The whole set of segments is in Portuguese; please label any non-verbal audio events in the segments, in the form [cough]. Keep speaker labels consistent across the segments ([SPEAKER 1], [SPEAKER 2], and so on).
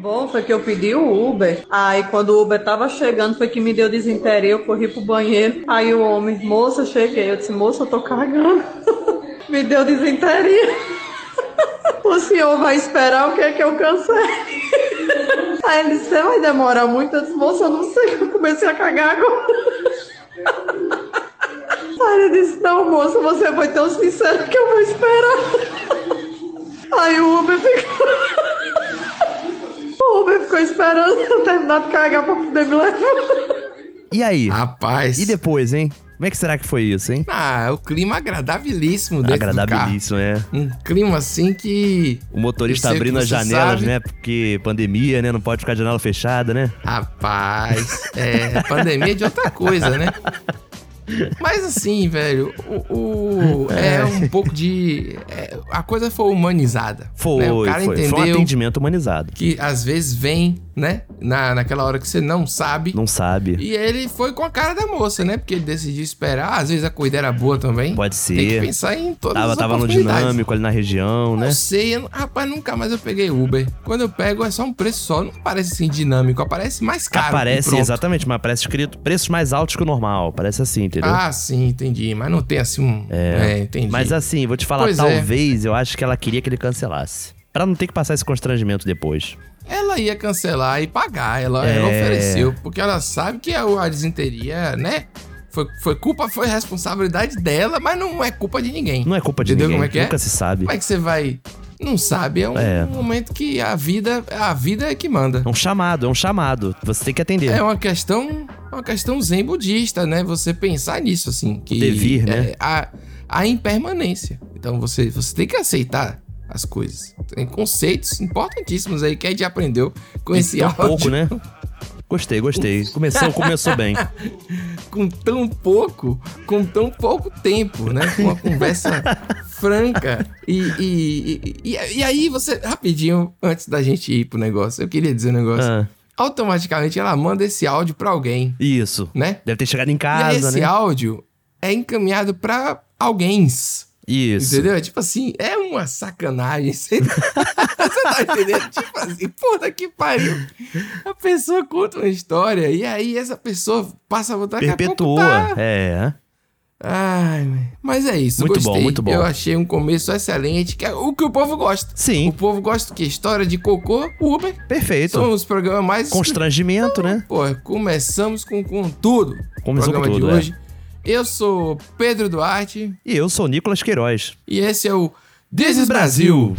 [SPEAKER 1] bom foi que eu pedi o Uber. Aí quando o Uber tava chegando, foi que me deu desinteresse, eu corri pro banheiro. Aí o homem, moça, eu cheguei. Eu disse, moça, eu tô cagando. [laughs] me deu desinteria. [laughs] o senhor vai esperar o que é que eu cansei? [laughs] Aí ele disse, "Você vai demorar muito. Eu disse, moça, eu não sei, eu comecei a cagar agora. [laughs] Aí ele disse, não, moça, você foi tão sincero que eu vou esperar. [laughs] Aí o Uber ficou... O Uber ficou esperando eu terminar de cagar pra poder me levar.
[SPEAKER 2] E aí?
[SPEAKER 3] Ah, Rapaz.
[SPEAKER 2] E depois, hein? Como é que será que foi isso, hein?
[SPEAKER 3] Ah, o clima agradabilíssimo dentro do
[SPEAKER 2] Agradabilíssimo, é.
[SPEAKER 3] carro. Um clima assim que...
[SPEAKER 2] O motorista
[SPEAKER 3] Você-
[SPEAKER 2] abrindo as
[SPEAKER 3] você
[SPEAKER 2] janelas,
[SPEAKER 3] sabe.
[SPEAKER 2] né? Porque pandemia, né? Não pode ficar a janela fechada, né?
[SPEAKER 3] Rapaz, é, pandemia é de outra coisa, né? Mas assim, velho, o, o- é um pouco de... é, a coisa foi humanizada.
[SPEAKER 2] Foi,
[SPEAKER 3] né? O cara
[SPEAKER 2] foi. Foi um
[SPEAKER 3] entendeu
[SPEAKER 2] atendimento humanizado.
[SPEAKER 3] que às vezes vem, né? Na, naquela hora que você não sabe.
[SPEAKER 2] Não sabe.
[SPEAKER 3] E ele foi com a cara da moça, né? Porque ele decidiu esperar. Às vezes a corrida era boa também.
[SPEAKER 2] Pode
[SPEAKER 3] Tem que
[SPEAKER 2] ser.
[SPEAKER 3] pensar em todas
[SPEAKER 2] Tava,
[SPEAKER 3] as
[SPEAKER 2] tava no
[SPEAKER 3] oportunidades.
[SPEAKER 2] dinâmico ali na região, né?
[SPEAKER 3] Não sei, eu não- rapaz, nunca mais eu peguei Uber. Quando eu pego, é só um preço só. Não parece assim dinâmico, aparece mais caro. e
[SPEAKER 2] Aparece,
[SPEAKER 3] pronto.
[SPEAKER 2] exatamente, mas aparece escrito preços mais altos que o normal. Parece assim, entendeu?
[SPEAKER 3] Ah, sim, entendi. Mas não tem assim um. É, entendi.
[SPEAKER 2] Mas assim, vou te falar,
[SPEAKER 3] Pois é.
[SPEAKER 2] talvez eu acho que ela queria que ele cancelasse. Pra não ter que passar esse constrangimento depois.
[SPEAKER 3] Ela ia cancelar e pagar. Ela,
[SPEAKER 2] É.
[SPEAKER 3] ela ofereceu, porque ela sabe que a, a desinteria, né? Foi, foi culpa, foi responsabilidade dela, mas não é culpa de ninguém.
[SPEAKER 2] Não é culpa de
[SPEAKER 3] Entendeu
[SPEAKER 2] ninguém.
[SPEAKER 3] como é que é?
[SPEAKER 2] Nunca se sabe.
[SPEAKER 3] Como é que você vai. Não sabe, é um
[SPEAKER 2] É.
[SPEAKER 3] momento que a vida, a vida é que manda.
[SPEAKER 2] É um chamado, é um chamado. Você tem que atender.
[SPEAKER 3] É uma questão, uma questão zen budista, né? Você pensar nisso assim, que
[SPEAKER 2] Devir, né?
[SPEAKER 3] é, a, a impermanência. Então você, você tem que aceitar as coisas. Tem conceitos importantíssimos aí que a gente aprendeu com esse
[SPEAKER 2] Tão
[SPEAKER 3] áudio.
[SPEAKER 2] pouco, né? Gostei, gostei. Começou, começou
[SPEAKER 3] [laughs]
[SPEAKER 2] bem.
[SPEAKER 3] Com tão pouco, com tão pouco tempo, né? Com
[SPEAKER 2] [laughs]
[SPEAKER 3] uma conversa franca. E, e, e, e- e aí você, rapidinho, antes da gente ir pro negócio, eu queria dizer um negócio.
[SPEAKER 2] Ah,
[SPEAKER 3] Automaticamente ela manda esse áudio pra alguém,
[SPEAKER 2] isso.
[SPEAKER 3] né?
[SPEAKER 2] Deve ter chegado em
[SPEAKER 3] E aí
[SPEAKER 2] casa,
[SPEAKER 3] esse
[SPEAKER 2] né?
[SPEAKER 3] áudio é encaminhado pra alguém.
[SPEAKER 2] Isso.
[SPEAKER 3] Entendeu? É Tipo assim, é uma sacanagem. [laughs] Você você tá entendendo? Tipo assim, puta que pariu. A pessoa conta uma história e aí essa pessoa passa a voltar
[SPEAKER 2] Perpetua. É.
[SPEAKER 3] Ai, mas é isso.
[SPEAKER 2] Muito bom,
[SPEAKER 3] gostei.
[SPEAKER 2] muito bom.
[SPEAKER 3] Eu achei um começo excelente, que é o que o povo gosta. O
[SPEAKER 2] Sim,
[SPEAKER 3] povo gosta que história de cocô, Uber,
[SPEAKER 2] perfeito.
[SPEAKER 3] são os programas mais
[SPEAKER 2] Constrangimento, né?
[SPEAKER 3] Pô, começamos com, com tudo.
[SPEAKER 2] Começou
[SPEAKER 3] programa
[SPEAKER 2] com tudo,
[SPEAKER 3] de
[SPEAKER 2] é.
[SPEAKER 3] hoje. Eu sou Pedro Duarte
[SPEAKER 2] E eu sou o Nicolas Queiroz.
[SPEAKER 3] e esse é o This is Brasil.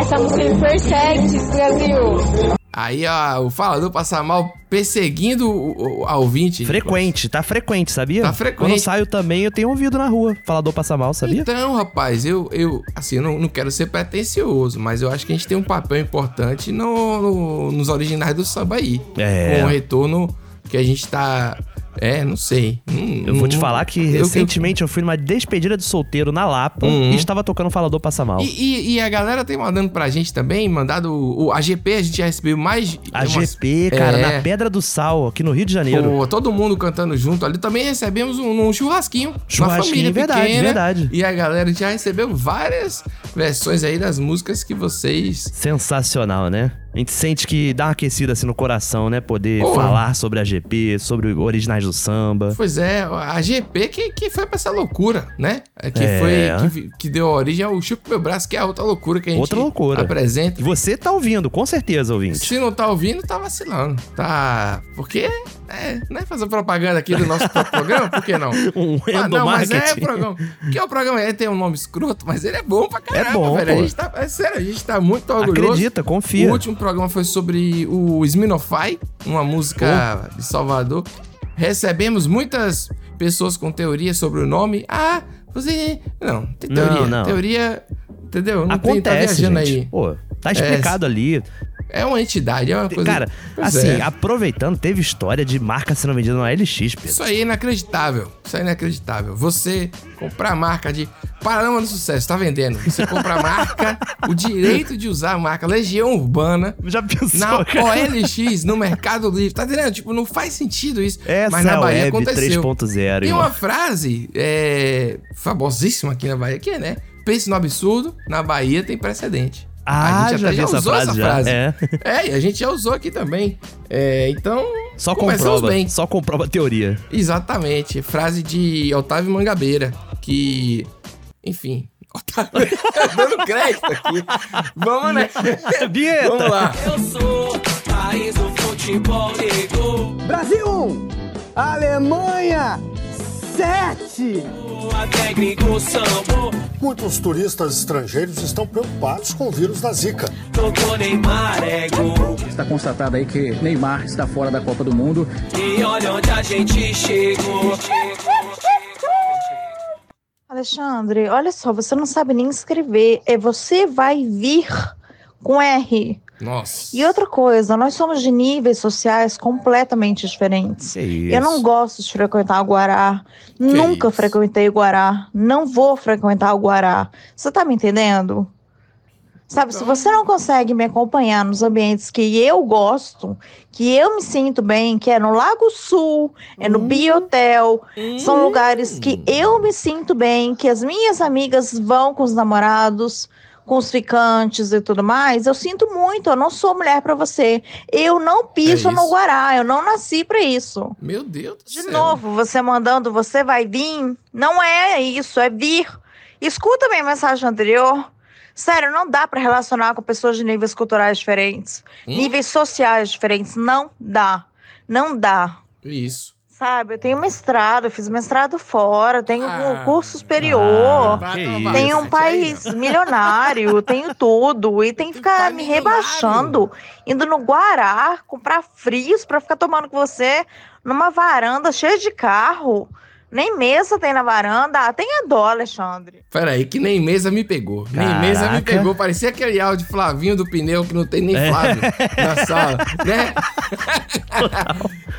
[SPEAKER 4] Essa música me persegue, Brasil.
[SPEAKER 3] Aí ó, o falador passa mal perseguindo o, o, a ouvinte.
[SPEAKER 2] Frequente, tá frequente, sabia?
[SPEAKER 3] Tá frequente.
[SPEAKER 2] Quando eu saio também, eu tenho ouvido na rua. Falador passa mal, sabia?
[SPEAKER 3] Então, rapaz, eu, eu assim, eu não, não quero ser pretencioso, mas eu acho que a gente tem um papel importante no, no- nos originais do samba aí.
[SPEAKER 2] É.
[SPEAKER 3] Com o retorno que a gente tá. É, não sei. Hum,
[SPEAKER 2] Eu vou te
[SPEAKER 3] hum,
[SPEAKER 2] falar que
[SPEAKER 3] eu- eu-
[SPEAKER 2] recentemente eu fui numa despedida de solteiro na Lapa
[SPEAKER 3] Uhum.
[SPEAKER 2] e estava tocando Falador Passa Mal.
[SPEAKER 3] E, e- e a galera tem mandando pra gente também, mandado o, o AGP, a gente já recebeu mais.
[SPEAKER 2] A
[SPEAKER 3] umas-
[SPEAKER 2] GP, cara,
[SPEAKER 3] É.
[SPEAKER 2] na Pedra do Sal, aqui no Rio de Janeiro.
[SPEAKER 3] Pô, todo mundo cantando junto ali. Também recebemos um, um churrasquinho.
[SPEAKER 2] Churrasquinho,
[SPEAKER 3] uma família
[SPEAKER 2] verdade,
[SPEAKER 3] pequena,
[SPEAKER 2] verdade.
[SPEAKER 3] E a galera já recebeu várias versões aí das músicas que vocês.
[SPEAKER 2] Sensacional, né? A gente sente que dá uma aquecida assim no coração, né? Poder
[SPEAKER 3] Pô.
[SPEAKER 2] falar sobre a GP, sobre originais do samba.
[SPEAKER 3] Pois é, a GP que, que foi pra essa loucura, né? É, Que
[SPEAKER 2] É.
[SPEAKER 3] foi. Que, vi- que deu origem ao Chupa Meu Braço, que é a outra loucura que a gente
[SPEAKER 2] Outra loucura.
[SPEAKER 3] apresenta.
[SPEAKER 2] E você tá ouvindo, com certeza, ouvinte.
[SPEAKER 3] Se não tá ouvindo, tá vacilando. Tá. Porque. É, né? Fazer propaganda aqui do nosso [laughs] próprio programa, por que não?
[SPEAKER 2] Um
[SPEAKER 3] Ah,
[SPEAKER 2] random
[SPEAKER 3] não, mas é
[SPEAKER 2] marketing.
[SPEAKER 3] programa. Que é o programa, ele tem um nome escroto, mas ele é bom pra caramba,
[SPEAKER 2] bom,
[SPEAKER 3] velho.
[SPEAKER 2] pô.
[SPEAKER 3] A gente tá, é sério, a gente tá muito orgulhoso.
[SPEAKER 2] Acredita,
[SPEAKER 3] O
[SPEAKER 2] confia.
[SPEAKER 3] último programa foi sobre o Sminofy, uma música de Salvador. Recebemos muitas pessoas com teorias sobre o nome. Ah, você. Não, tem
[SPEAKER 2] Não,
[SPEAKER 3] teoria.
[SPEAKER 2] não.
[SPEAKER 3] Teoria. Entendeu? Não tem, tá
[SPEAKER 2] Acontece,
[SPEAKER 3] viajando
[SPEAKER 2] gente.
[SPEAKER 3] aí.
[SPEAKER 2] Pô, tá explicado ali.
[SPEAKER 3] É uma entidade, é uma coisa.
[SPEAKER 2] Cara,
[SPEAKER 3] Pois
[SPEAKER 2] assim,
[SPEAKER 3] é.
[SPEAKER 2] aproveitando, teve história de marca sendo vendida no LX, Pedro.
[SPEAKER 3] Isso aí é inacreditável. Isso aí é inacreditável. Você comprar a marca de Paralama do Sucesso, tá vendendo. Você compra a marca, o direito de usar a marca Legião Urbana
[SPEAKER 2] Já pensou,
[SPEAKER 3] na
[SPEAKER 2] cara?
[SPEAKER 3] OLX, no Mercado Livre. Tá entendendo? Tipo, não faz sentido isso.
[SPEAKER 2] Essa
[SPEAKER 3] mas na
[SPEAKER 2] é a
[SPEAKER 3] Bahia
[SPEAKER 2] web
[SPEAKER 3] aconteceu.
[SPEAKER 2] 3.0,
[SPEAKER 3] Tem
[SPEAKER 2] irmão.
[SPEAKER 3] uma frase é, famosíssima aqui na Bahia, que é, né? Pense no absurdo, na Bahia tem precedente.
[SPEAKER 2] Ah,
[SPEAKER 3] a gente
[SPEAKER 2] já
[SPEAKER 3] até
[SPEAKER 2] vi
[SPEAKER 3] já
[SPEAKER 2] essa
[SPEAKER 3] usou
[SPEAKER 2] frase
[SPEAKER 3] essa
[SPEAKER 2] já.
[SPEAKER 3] frase.
[SPEAKER 2] É.
[SPEAKER 3] É, e a gente já usou aqui também. É, então,
[SPEAKER 2] Só
[SPEAKER 3] começamos
[SPEAKER 2] comprova,
[SPEAKER 3] bem.
[SPEAKER 2] só comprova a teoria.
[SPEAKER 3] [laughs] Exatamente. Frase de Otávio Mangabeira, que. Enfim. [laughs] Otávio. dando crédito aqui. Vamos, né?
[SPEAKER 2] Vinheta!
[SPEAKER 3] Vamos lá.
[SPEAKER 5] Eu sou país do futebol negro.
[SPEAKER 6] Brasil 1, Alemanha 7.
[SPEAKER 5] Até gringo sambo.
[SPEAKER 7] Muitos turistas estrangeiros estão preocupados com o vírus da Zika.
[SPEAKER 5] Tocou Neymar é gol.
[SPEAKER 8] Está constatado aí que Neymar está fora da Copa do Mundo.
[SPEAKER 5] E olha onde a gente chegou.
[SPEAKER 9] Alexandre, olha só, você não sabe nem escrever. É você vai vir com R.
[SPEAKER 3] Nossa.
[SPEAKER 9] E outra coisa, nós somos de níveis sociais completamente diferentes.
[SPEAKER 2] Que isso.
[SPEAKER 9] Eu não gosto de frequentar o Guará. Nunca
[SPEAKER 3] isso.
[SPEAKER 9] frequentei o Guará. Não vou frequentar o Guará. Você tá me entendendo? Sabe, se você não consegue me acompanhar nos ambientes que eu gosto, que eu me sinto bem, que é no Lago Sul, é
[SPEAKER 3] Hum.
[SPEAKER 9] no Biotel, são lugares que eu me sinto bem, que as minhas amigas vão com os namorados, com os ficantes e tudo mais, eu sinto muito, eu não sou mulher pra você. Eu não piso no
[SPEAKER 3] É isso.
[SPEAKER 9] Guará, eu não nasci pra isso.
[SPEAKER 3] Meu Deus do
[SPEAKER 9] De
[SPEAKER 3] céu.
[SPEAKER 9] novo, você mandando, você vai vir? Não é isso, é vir. Escuta minha mensagem anterior. Sério, não dá pra relacionar com pessoas de níveis culturais diferentes,
[SPEAKER 3] Hum?
[SPEAKER 9] níveis sociais diferentes. Não dá. Não dá.
[SPEAKER 3] Isso.
[SPEAKER 9] Sabe, eu tenho mestrado, eu fiz mestrado fora, tenho
[SPEAKER 3] Ah,
[SPEAKER 9] um curso superior,
[SPEAKER 2] Ah, que
[SPEAKER 3] então Vai,
[SPEAKER 2] isso.
[SPEAKER 9] tenho um
[SPEAKER 3] isso aí,
[SPEAKER 9] país milionário, tenho tudo, e tem que ficar
[SPEAKER 3] pai
[SPEAKER 9] me
[SPEAKER 3] Um milionário.
[SPEAKER 9] rebaixando, indo no Guará, comprar frios pra ficar tomando com você numa varanda cheia de carro. Nem mesa tem na varanda. Ah, Tenha dó, Alexandre.
[SPEAKER 3] Peraí, que nem mesa me pegou.
[SPEAKER 2] Caraca. É.
[SPEAKER 3] Nem mesa me pegou. Parecia aquele áudio Flavinho do pneu que não tem nem Flávio
[SPEAKER 2] [laughs]
[SPEAKER 3] na sala, né?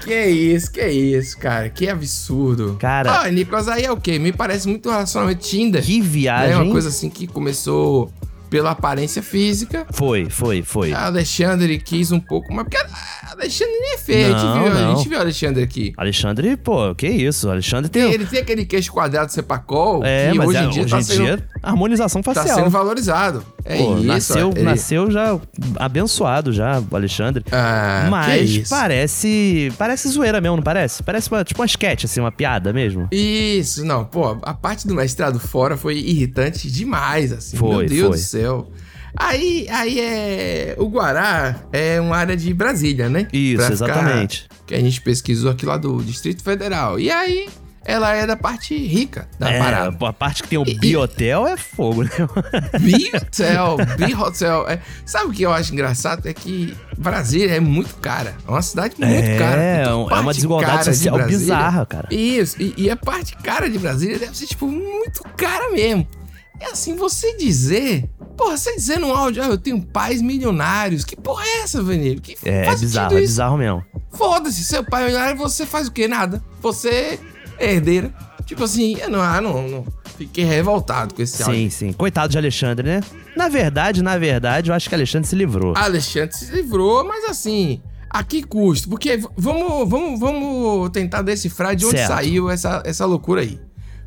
[SPEAKER 3] que isso, que isso, cara. Que absurdo.
[SPEAKER 2] Cara.
[SPEAKER 3] Ah, Nicolas, aí é o quê? Me parece muito um relacionamento Tinder.
[SPEAKER 2] Que
[SPEAKER 3] É
[SPEAKER 2] viagem.
[SPEAKER 3] uma coisa assim que começou pela aparência física.
[SPEAKER 2] Foi, foi, foi.
[SPEAKER 3] A Alexandre quis um pouco, mas porque a Alexandre nem é feio. a,
[SPEAKER 2] Não,
[SPEAKER 3] gente viu, a
[SPEAKER 2] não.
[SPEAKER 3] gente viu o Alexandre aqui.
[SPEAKER 2] Alexandre, pô, que isso? Alexandre tem. um
[SPEAKER 3] Ele tem aquele queixo quadrado sepacol
[SPEAKER 2] é,
[SPEAKER 3] que
[SPEAKER 2] mas
[SPEAKER 3] hoje
[SPEAKER 2] é,
[SPEAKER 3] em dia,
[SPEAKER 2] hoje
[SPEAKER 3] tá,
[SPEAKER 2] em
[SPEAKER 3] sendo,
[SPEAKER 2] dia harmonização
[SPEAKER 3] tá
[SPEAKER 2] facial.
[SPEAKER 3] sendo valorizado. É
[SPEAKER 2] Pô,
[SPEAKER 3] isso.
[SPEAKER 2] nasceu,
[SPEAKER 3] ele-
[SPEAKER 2] nasceu já abençoado já, o Alexandre.
[SPEAKER 3] Ah, que
[SPEAKER 2] Mas
[SPEAKER 3] isso.
[SPEAKER 2] parece. Parece zoeira mesmo, não parece? Parece uma, tipo uma sketch, assim, uma piada mesmo.
[SPEAKER 3] Isso, não, pô, a parte do mestrado fora foi irritante demais, assim.
[SPEAKER 2] Foi,
[SPEAKER 3] Meu Deus
[SPEAKER 2] foi.
[SPEAKER 3] do céu. Aí, aí é. O Guará é uma área de Brasília, né?
[SPEAKER 2] Isso,
[SPEAKER 3] Pra ficar-
[SPEAKER 2] exatamente.
[SPEAKER 3] que a gente pesquisou aqui lá do Distrito Federal. E aí, ela é da parte rica da
[SPEAKER 2] é,
[SPEAKER 3] parada.
[SPEAKER 2] pô, a parte que tem o biotel é fogo, né?
[SPEAKER 3] B-Hotel, B-Hotel. É, sabe o que eu acho engraçado? É que Brasília é muito cara. É uma cidade muito
[SPEAKER 2] É,
[SPEAKER 3] cara.
[SPEAKER 2] é
[SPEAKER 3] Então,
[SPEAKER 2] uma
[SPEAKER 3] parte
[SPEAKER 2] desigualdade
[SPEAKER 3] cara de
[SPEAKER 2] social
[SPEAKER 3] Brasília-
[SPEAKER 2] bizarra, cara.
[SPEAKER 3] Isso, e, e a parte cara de Brasília deve ser, tipo, muito cara mesmo. É assim, você dizer... Porra, você dizer num áudio, ah, eu tenho pais milionários. Que porra [laughs] é essa, Vanille? Que
[SPEAKER 2] É, é
[SPEAKER 3] faz sentido
[SPEAKER 2] bizarro, é
[SPEAKER 3] isso?
[SPEAKER 2] bizarro mesmo.
[SPEAKER 3] Foda-se, seu pai é milionário, você faz o quê? Nada. Você é herdeira. Tipo assim, eu não, ah, não, não. Fiquei revoltado com esse áudio.
[SPEAKER 2] Sim, sim. Coitado de Alexandre, né? Na verdade, na verdade, eu acho que Alexandre se livrou.
[SPEAKER 3] Ah, Alexandre se livrou, mas assim, a que custo? Porque v- vamos, vamos, vamos tentar decifrar de onde
[SPEAKER 2] Certo.
[SPEAKER 3] saiu essa, essa loucura aí.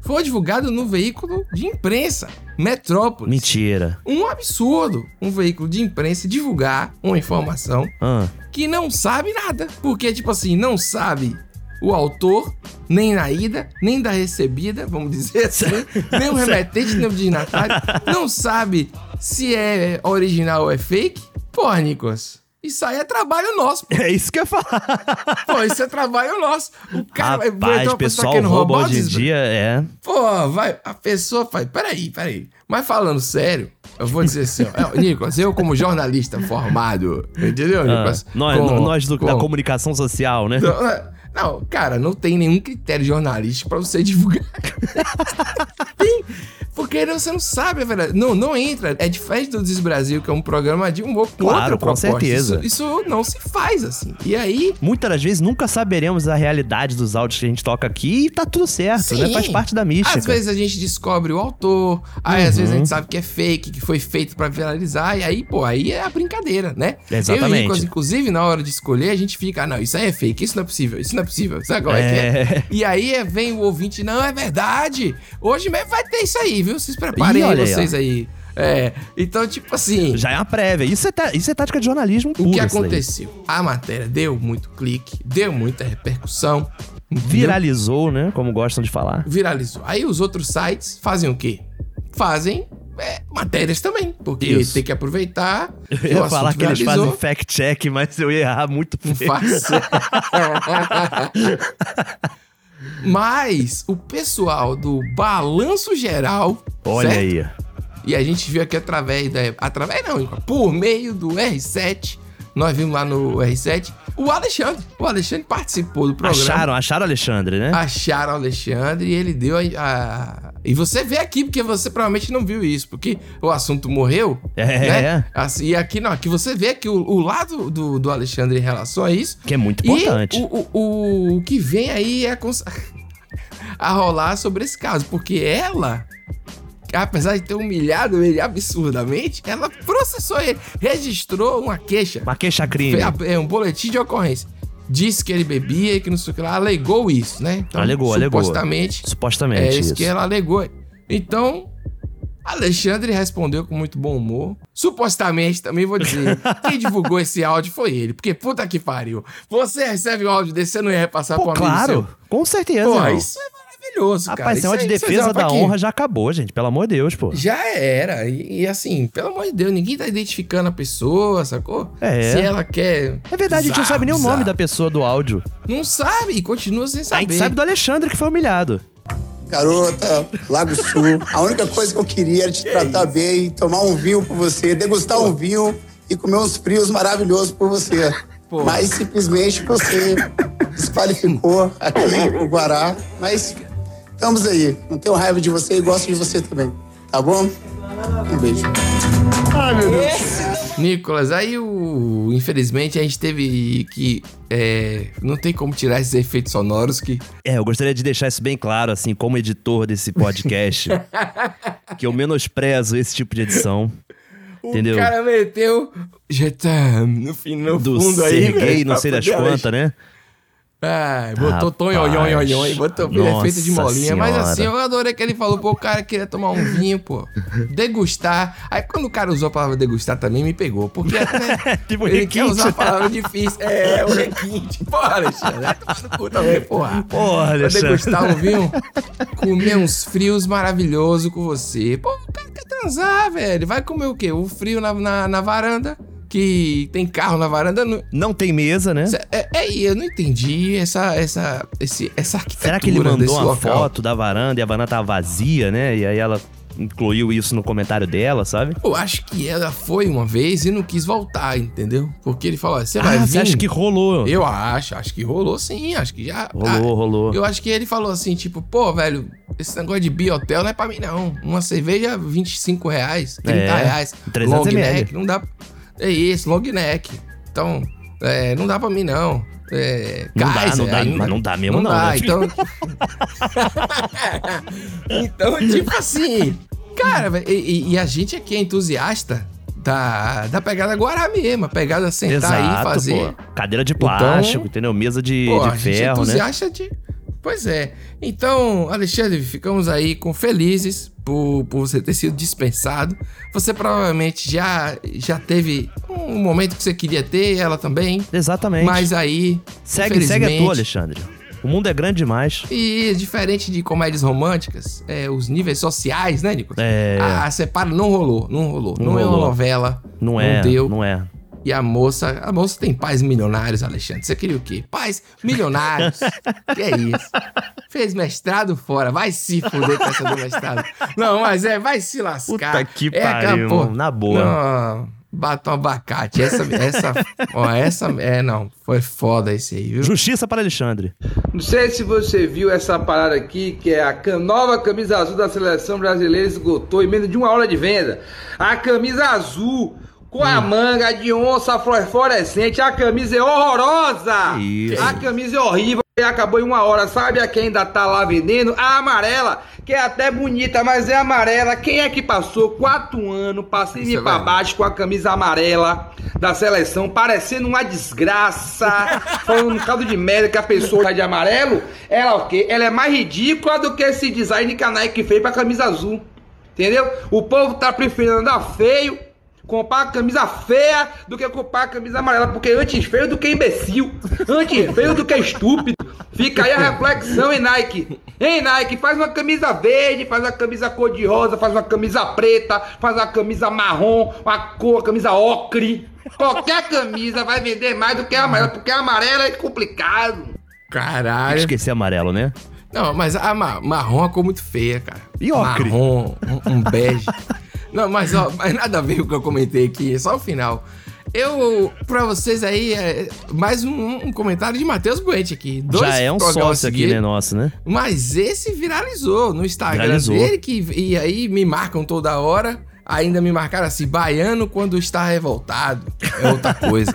[SPEAKER 3] Foi divulgado no veículo de imprensa, Metrópolis.
[SPEAKER 2] Mentira.
[SPEAKER 3] Um absurdo um veículo de imprensa divulgar uma informação
[SPEAKER 2] Ah,
[SPEAKER 3] que não sabe nada. Porque, tipo assim, não sabe o autor, nem na ida, nem da recebida, vamos dizer assim,
[SPEAKER 2] [laughs]
[SPEAKER 3] nem o remetente, nem o destinatário, não sabe se é original ou é fake. Porra, Nicolas. Isso aí é trabalho nosso.
[SPEAKER 2] é isso que eu ia falar. [laughs]
[SPEAKER 3] Pô, isso é trabalho nosso. O cara vai
[SPEAKER 2] Rapaz,
[SPEAKER 3] então, a pessoa
[SPEAKER 2] pessoal
[SPEAKER 3] querendo
[SPEAKER 2] rouba
[SPEAKER 3] roubar
[SPEAKER 2] hoje em
[SPEAKER 3] os-
[SPEAKER 2] dia, é.
[SPEAKER 3] Pô, vai, a pessoa faz. Peraí, peraí. Mas falando sério, eu vou dizer assim, ó. É, Nicolas, eu como jornalista formado, entendeu,
[SPEAKER 2] Ah,
[SPEAKER 3] Nicolas?
[SPEAKER 2] nós
[SPEAKER 3] Com-
[SPEAKER 2] nós do- da
[SPEAKER 3] com-
[SPEAKER 2] comunicação social, né?
[SPEAKER 3] não, é- não,
[SPEAKER 2] [laughs]
[SPEAKER 3] cara, não tem nenhum critério jornalístico pra você divulgar. tem, porque Porque você não sabe, velho. Não, não entra. É diferente do Diz Brasil, que é um programa de humor com
[SPEAKER 2] Claro,
[SPEAKER 3] outra
[SPEAKER 2] com
[SPEAKER 3] proposta.
[SPEAKER 2] certeza.
[SPEAKER 3] Isso, isso não se faz, assim. E aí,
[SPEAKER 2] Muitas das vezes nunca saberemos a realidade dos áudios que a gente toca aqui e tá tudo certo,
[SPEAKER 3] Sim.
[SPEAKER 2] né? Faz parte da mística. Uhum.
[SPEAKER 3] Às vezes a gente descobre o autor, aí às vezes a gente sabe que é fake, que foi feito pra viralizar, e aí, pô, aí é a brincadeira, né? Eu e o
[SPEAKER 2] Exatamente.
[SPEAKER 3] Nicolas, inclusive, na hora de escolher, a gente fica, ah, não, isso aí é fake, isso não é possível, isso não é possível, sabe qual é, que é?
[SPEAKER 2] É.
[SPEAKER 3] E aí é, vem o ouvinte, não, é verdade, hoje mesmo vai ter isso aí, viu? Vocês preparem
[SPEAKER 2] Ih,
[SPEAKER 3] aí,
[SPEAKER 2] olha aí,
[SPEAKER 3] vocês aí. É, então, tipo assim...
[SPEAKER 2] Já é uma prévia. Isso é, tá- isso é tática de jornalismo
[SPEAKER 3] O que
[SPEAKER 2] pura, isso daí.
[SPEAKER 3] aconteceu? A matéria deu muito clique, deu muita repercussão. entendeu?
[SPEAKER 2] Viralizou, né? Como gostam de falar.
[SPEAKER 3] viralizou. Aí os outros sites fazem o quê? Fazem é, matérias também, porque
[SPEAKER 2] Isso.
[SPEAKER 3] tem que aproveitar.
[SPEAKER 2] [laughs] Eu ia falar que eles fazem
[SPEAKER 3] viralizou.
[SPEAKER 2] fact-check, mas eu ia errar muito
[SPEAKER 3] Não
[SPEAKER 2] feio. [laughs]
[SPEAKER 3] faz. Mas o pessoal do Balanço Geral,
[SPEAKER 2] Olha
[SPEAKER 3] certo?
[SPEAKER 2] aí.
[SPEAKER 3] E a gente viu aqui através da. Através não, por meio do R7. Nós vimos lá no R7 o Alexandre. O Alexandre participou do programa. Ah,
[SPEAKER 2] Acharam, acharam o Alexandre, né?
[SPEAKER 3] [laughs] acharam o Alexandre e ele deu a, a- E você vê aqui, porque você provavelmente não viu isso, porque o assunto morreu.
[SPEAKER 2] É.
[SPEAKER 3] Né? Assim, e aqui não, aqui você vê que o, o lado do, do Alexandre em relação a isso.
[SPEAKER 2] Que é muito importante.
[SPEAKER 3] E o, o, o, o que vem aí é a, cons- [laughs] a rolar sobre esse caso, porque ela. Apesar de ter humilhado ele absurdamente, ela processou ele, registrou uma queixa.
[SPEAKER 2] Uma queixa-crime.
[SPEAKER 3] Fe- a- É um boletim de ocorrência. Disse que ele bebia e que não sei o que lá. Alegou isso, né? Então,
[SPEAKER 2] Alegou, alegou.
[SPEAKER 3] Supostamente.
[SPEAKER 2] Supostamente
[SPEAKER 3] É isso,
[SPEAKER 2] isso.
[SPEAKER 3] que ela alegou. Então, Alexandre respondeu com muito bom humor. Supostamente, também
[SPEAKER 2] [laughs]
[SPEAKER 3] vou dizer. quem divulgou esse áudio foi ele. Porque puta que pariu. Você recebe um áudio desse, você não ia repassar
[SPEAKER 2] Pô,
[SPEAKER 3] pro amigo
[SPEAKER 2] claro.
[SPEAKER 3] seu.
[SPEAKER 2] Com certeza,
[SPEAKER 3] Pô,
[SPEAKER 2] irmão.
[SPEAKER 3] isso é maravilhoso, cara.
[SPEAKER 2] Rapaz, esse
[SPEAKER 3] Isso
[SPEAKER 2] negócio de
[SPEAKER 3] aí- isso aí é
[SPEAKER 2] defesa
[SPEAKER 3] uma
[SPEAKER 2] da
[SPEAKER 3] faquinha.
[SPEAKER 2] honra já acabou, gente. Pelo amor de Deus, pô.
[SPEAKER 3] Já era. E, e assim, pelo amor de Deus, ninguém tá identificando a pessoa, sacou?
[SPEAKER 2] É.
[SPEAKER 3] Se ela quer.
[SPEAKER 2] É verdade, a gente não sabe nem o nome da pessoa do áudio.
[SPEAKER 3] Não sabe e continua sem
[SPEAKER 2] A
[SPEAKER 3] saber.
[SPEAKER 2] gente sabe do Alexandre que foi humilhado.
[SPEAKER 10] Garota, Lago Sul, a única coisa que eu queria era te tratar bem, tomar um vinho por você, degustar um vinho e comer uns frios maravilhosos por você.
[SPEAKER 3] Pô.
[SPEAKER 10] Mas simplesmente você desqualificou aqui o Guará. Mas estamos aí. Não tenho raiva de você e gosto de você também. Tá bom? Um beijo.
[SPEAKER 3] Nicolas, aí o. Infelizmente a gente teve que. é, não tem como tirar esses efeitos sonoros que.
[SPEAKER 2] É, eu gostaria de deixar isso bem claro, assim, como editor desse
[SPEAKER 3] [laughs]
[SPEAKER 2] podcast, que eu menosprezo esse tipo de edição. Entendeu?
[SPEAKER 3] O cara meteu. Já tá no, fim, no
[SPEAKER 2] do
[SPEAKER 3] fundo aí.
[SPEAKER 2] Serguei,
[SPEAKER 3] velho, Tá
[SPEAKER 2] não
[SPEAKER 3] pra
[SPEAKER 2] sei das
[SPEAKER 3] poder-
[SPEAKER 2] quantas, né?
[SPEAKER 3] Ah, botou
[SPEAKER 2] Rapaz.
[SPEAKER 3] tom ionhão, ionhão, e botou
[SPEAKER 2] Nossa
[SPEAKER 3] efeito de molinha. Mas
[SPEAKER 2] Senhora.
[SPEAKER 3] assim, eu adorei que ele falou, pô, o cara queria tomar um vinho, pô. Degustar. Aí quando o cara usou a palavra degustar também, me pegou.
[SPEAKER 2] [laughs]
[SPEAKER 3] Porque né,
[SPEAKER 2] Tipo
[SPEAKER 3] ele quer
[SPEAKER 2] requinte.
[SPEAKER 3] usar a palavra difícil. É, o requinte. Porra, Alexandre. Vai tomar no cu também, porra.
[SPEAKER 2] Porra,
[SPEAKER 3] Pra
[SPEAKER 2] Alexandre.
[SPEAKER 3] degustar um vinho, comer uns frios maravilhosos com você. Pô, o cara quer transar, velho. Vai comer o quê? O frio na, na, na varanda, que tem carro na varanda. não-
[SPEAKER 2] Não tem mesa, né?
[SPEAKER 3] Cê- É, é, e eu não entendi essa, essa, esse, essa arquitetura
[SPEAKER 2] Será que ele mandou
[SPEAKER 3] desse
[SPEAKER 2] uma
[SPEAKER 3] local.
[SPEAKER 2] foto da varanda e a varanda tava vazia, né? E aí ela incluiu isso no comentário dela, sabe?
[SPEAKER 3] Eu acho que ela foi uma vez e não quis voltar, entendeu? Porque ele falou, você vai
[SPEAKER 2] ah,
[SPEAKER 3] vir?
[SPEAKER 2] você acha que rolou?
[SPEAKER 3] Eu acho, acho que rolou sim, acho que já...
[SPEAKER 2] Rolou,
[SPEAKER 3] ah,
[SPEAKER 2] rolou.
[SPEAKER 3] Eu acho que ele falou assim, tipo, pô, velho, esse negócio de biotel não é pra mim, não. Uma cerveja, 25 reais, 30
[SPEAKER 2] É,
[SPEAKER 3] reais.
[SPEAKER 2] 300
[SPEAKER 3] long
[SPEAKER 2] ml.
[SPEAKER 3] neck, não dá. É isso, long neck. Então, é, não dá pra mim, não. É,
[SPEAKER 2] Não dá, não dá,
[SPEAKER 3] ainda.
[SPEAKER 2] mas não dá mesmo, não,
[SPEAKER 3] dá,
[SPEAKER 2] né? [laughs]
[SPEAKER 3] Então. então, tipo assim. Cara, velho, e, e- e a gente aqui é entusiasta da, da pegada Guará mesmo. A pegada sentar aí e
[SPEAKER 2] Exato,
[SPEAKER 3] fazer.
[SPEAKER 2] pô. Cadeira de plástico,
[SPEAKER 3] Então-
[SPEAKER 2] entendeu? Mesa de,
[SPEAKER 3] Pô, é
[SPEAKER 2] de ferro, né?
[SPEAKER 3] entusiasta de... Pois é. Então, Alexandre, ficamos aí com felizes por, por você ter sido dispensado. Você provavelmente já, já teve um momento que você queria ter, ela também.
[SPEAKER 2] Exatamente.
[SPEAKER 3] Mas aí.
[SPEAKER 2] segue, segue a
[SPEAKER 3] infelizmente,
[SPEAKER 2] tua, Alexandre. O mundo é grande demais.
[SPEAKER 3] E diferente de comédias românticas, é, os níveis sociais, né, Nicolas?
[SPEAKER 2] É.
[SPEAKER 3] A, a separa não rolou, não rolou. Não,
[SPEAKER 2] Não
[SPEAKER 3] é uma
[SPEAKER 2] rolou.
[SPEAKER 3] novela.
[SPEAKER 2] Não é,
[SPEAKER 3] Não deu.
[SPEAKER 2] não é.
[SPEAKER 3] E a moça, a moça tem pais milionários, Alexandre. Você queria o quê? Pais
[SPEAKER 2] [laughs]
[SPEAKER 3] milionários. que é isso? Fez mestrado fora. Vai se fuder com essa do mestrado. Não, mas é, vai se lascar.
[SPEAKER 2] Puta que
[SPEAKER 3] é, aquela
[SPEAKER 2] pariu,
[SPEAKER 3] porra.
[SPEAKER 2] irmão, na boa.
[SPEAKER 3] Não, Batom abacate. Essa, essa, ó, essa, é, não, foi foda esse aí, viu?
[SPEAKER 2] Justiça para Alexandre.
[SPEAKER 11] Não sei se você viu essa parada aqui, que é a ca- nova camisa azul da seleção brasileira esgotou em menos de uma hora de venda. A camisa azul com a manga de onça fluorescente. A camisa é
[SPEAKER 3] Ah,
[SPEAKER 11] horrorosa. A camisa é horrível. E acabou em uma hora. Sabe a quem ainda tá lá vendendo? A amarela, que é até bonita, mas é amarela. Quem é que passou quatro anos pra cima
[SPEAKER 3] Isso
[SPEAKER 11] e
[SPEAKER 3] é
[SPEAKER 11] pra
[SPEAKER 3] verdade.
[SPEAKER 11] baixo com a camisa amarela da seleção, parecendo uma desgraça, falando um caldo de merda que a pessoa tá de amarelo? Ela o quê? Ela é mais ridícula do que esse design que a Nike fez pra camisa azul. Entendeu? O povo tá preferindo andar feio, comprar a camisa feia do que comprar a camisa amarela, porque antes feio do que imbecil, antes feio do que estúpido. Fica aí a reflexão, hein, Nike? Hein, Nike? Faz uma camisa verde, faz uma camisa cor de rosa, faz uma camisa preta, faz uma camisa marrom, uma cor, uma camisa ocre. Qualquer camisa vai vender mais do que a amarela, porque a amarela é complicado.
[SPEAKER 2] Tem que
[SPEAKER 3] Caralho.
[SPEAKER 2] esquecer amarelo, né?
[SPEAKER 3] Não, mas a ma- marrom é uma cor muito feia, cara.
[SPEAKER 2] E ocre?
[SPEAKER 3] Marrom, um, um bege. [laughs] Não, mas, ó, mas nada a ver com o que eu comentei aqui, é só o final. Eu, pra vocês aí, é, mais um, um comentário de Matheus Buente aqui. Dois
[SPEAKER 2] Já é um
[SPEAKER 3] programas
[SPEAKER 2] sócio aqui,
[SPEAKER 3] seguidos.
[SPEAKER 2] né, nosso, né?
[SPEAKER 3] Mas esse viralizou no Instagram
[SPEAKER 2] Viralizou.
[SPEAKER 3] dele, que, e aí me marcam toda hora. Ainda me marcaram assim, baiano quando está revoltado. É
[SPEAKER 2] [laughs]
[SPEAKER 3] outra coisa.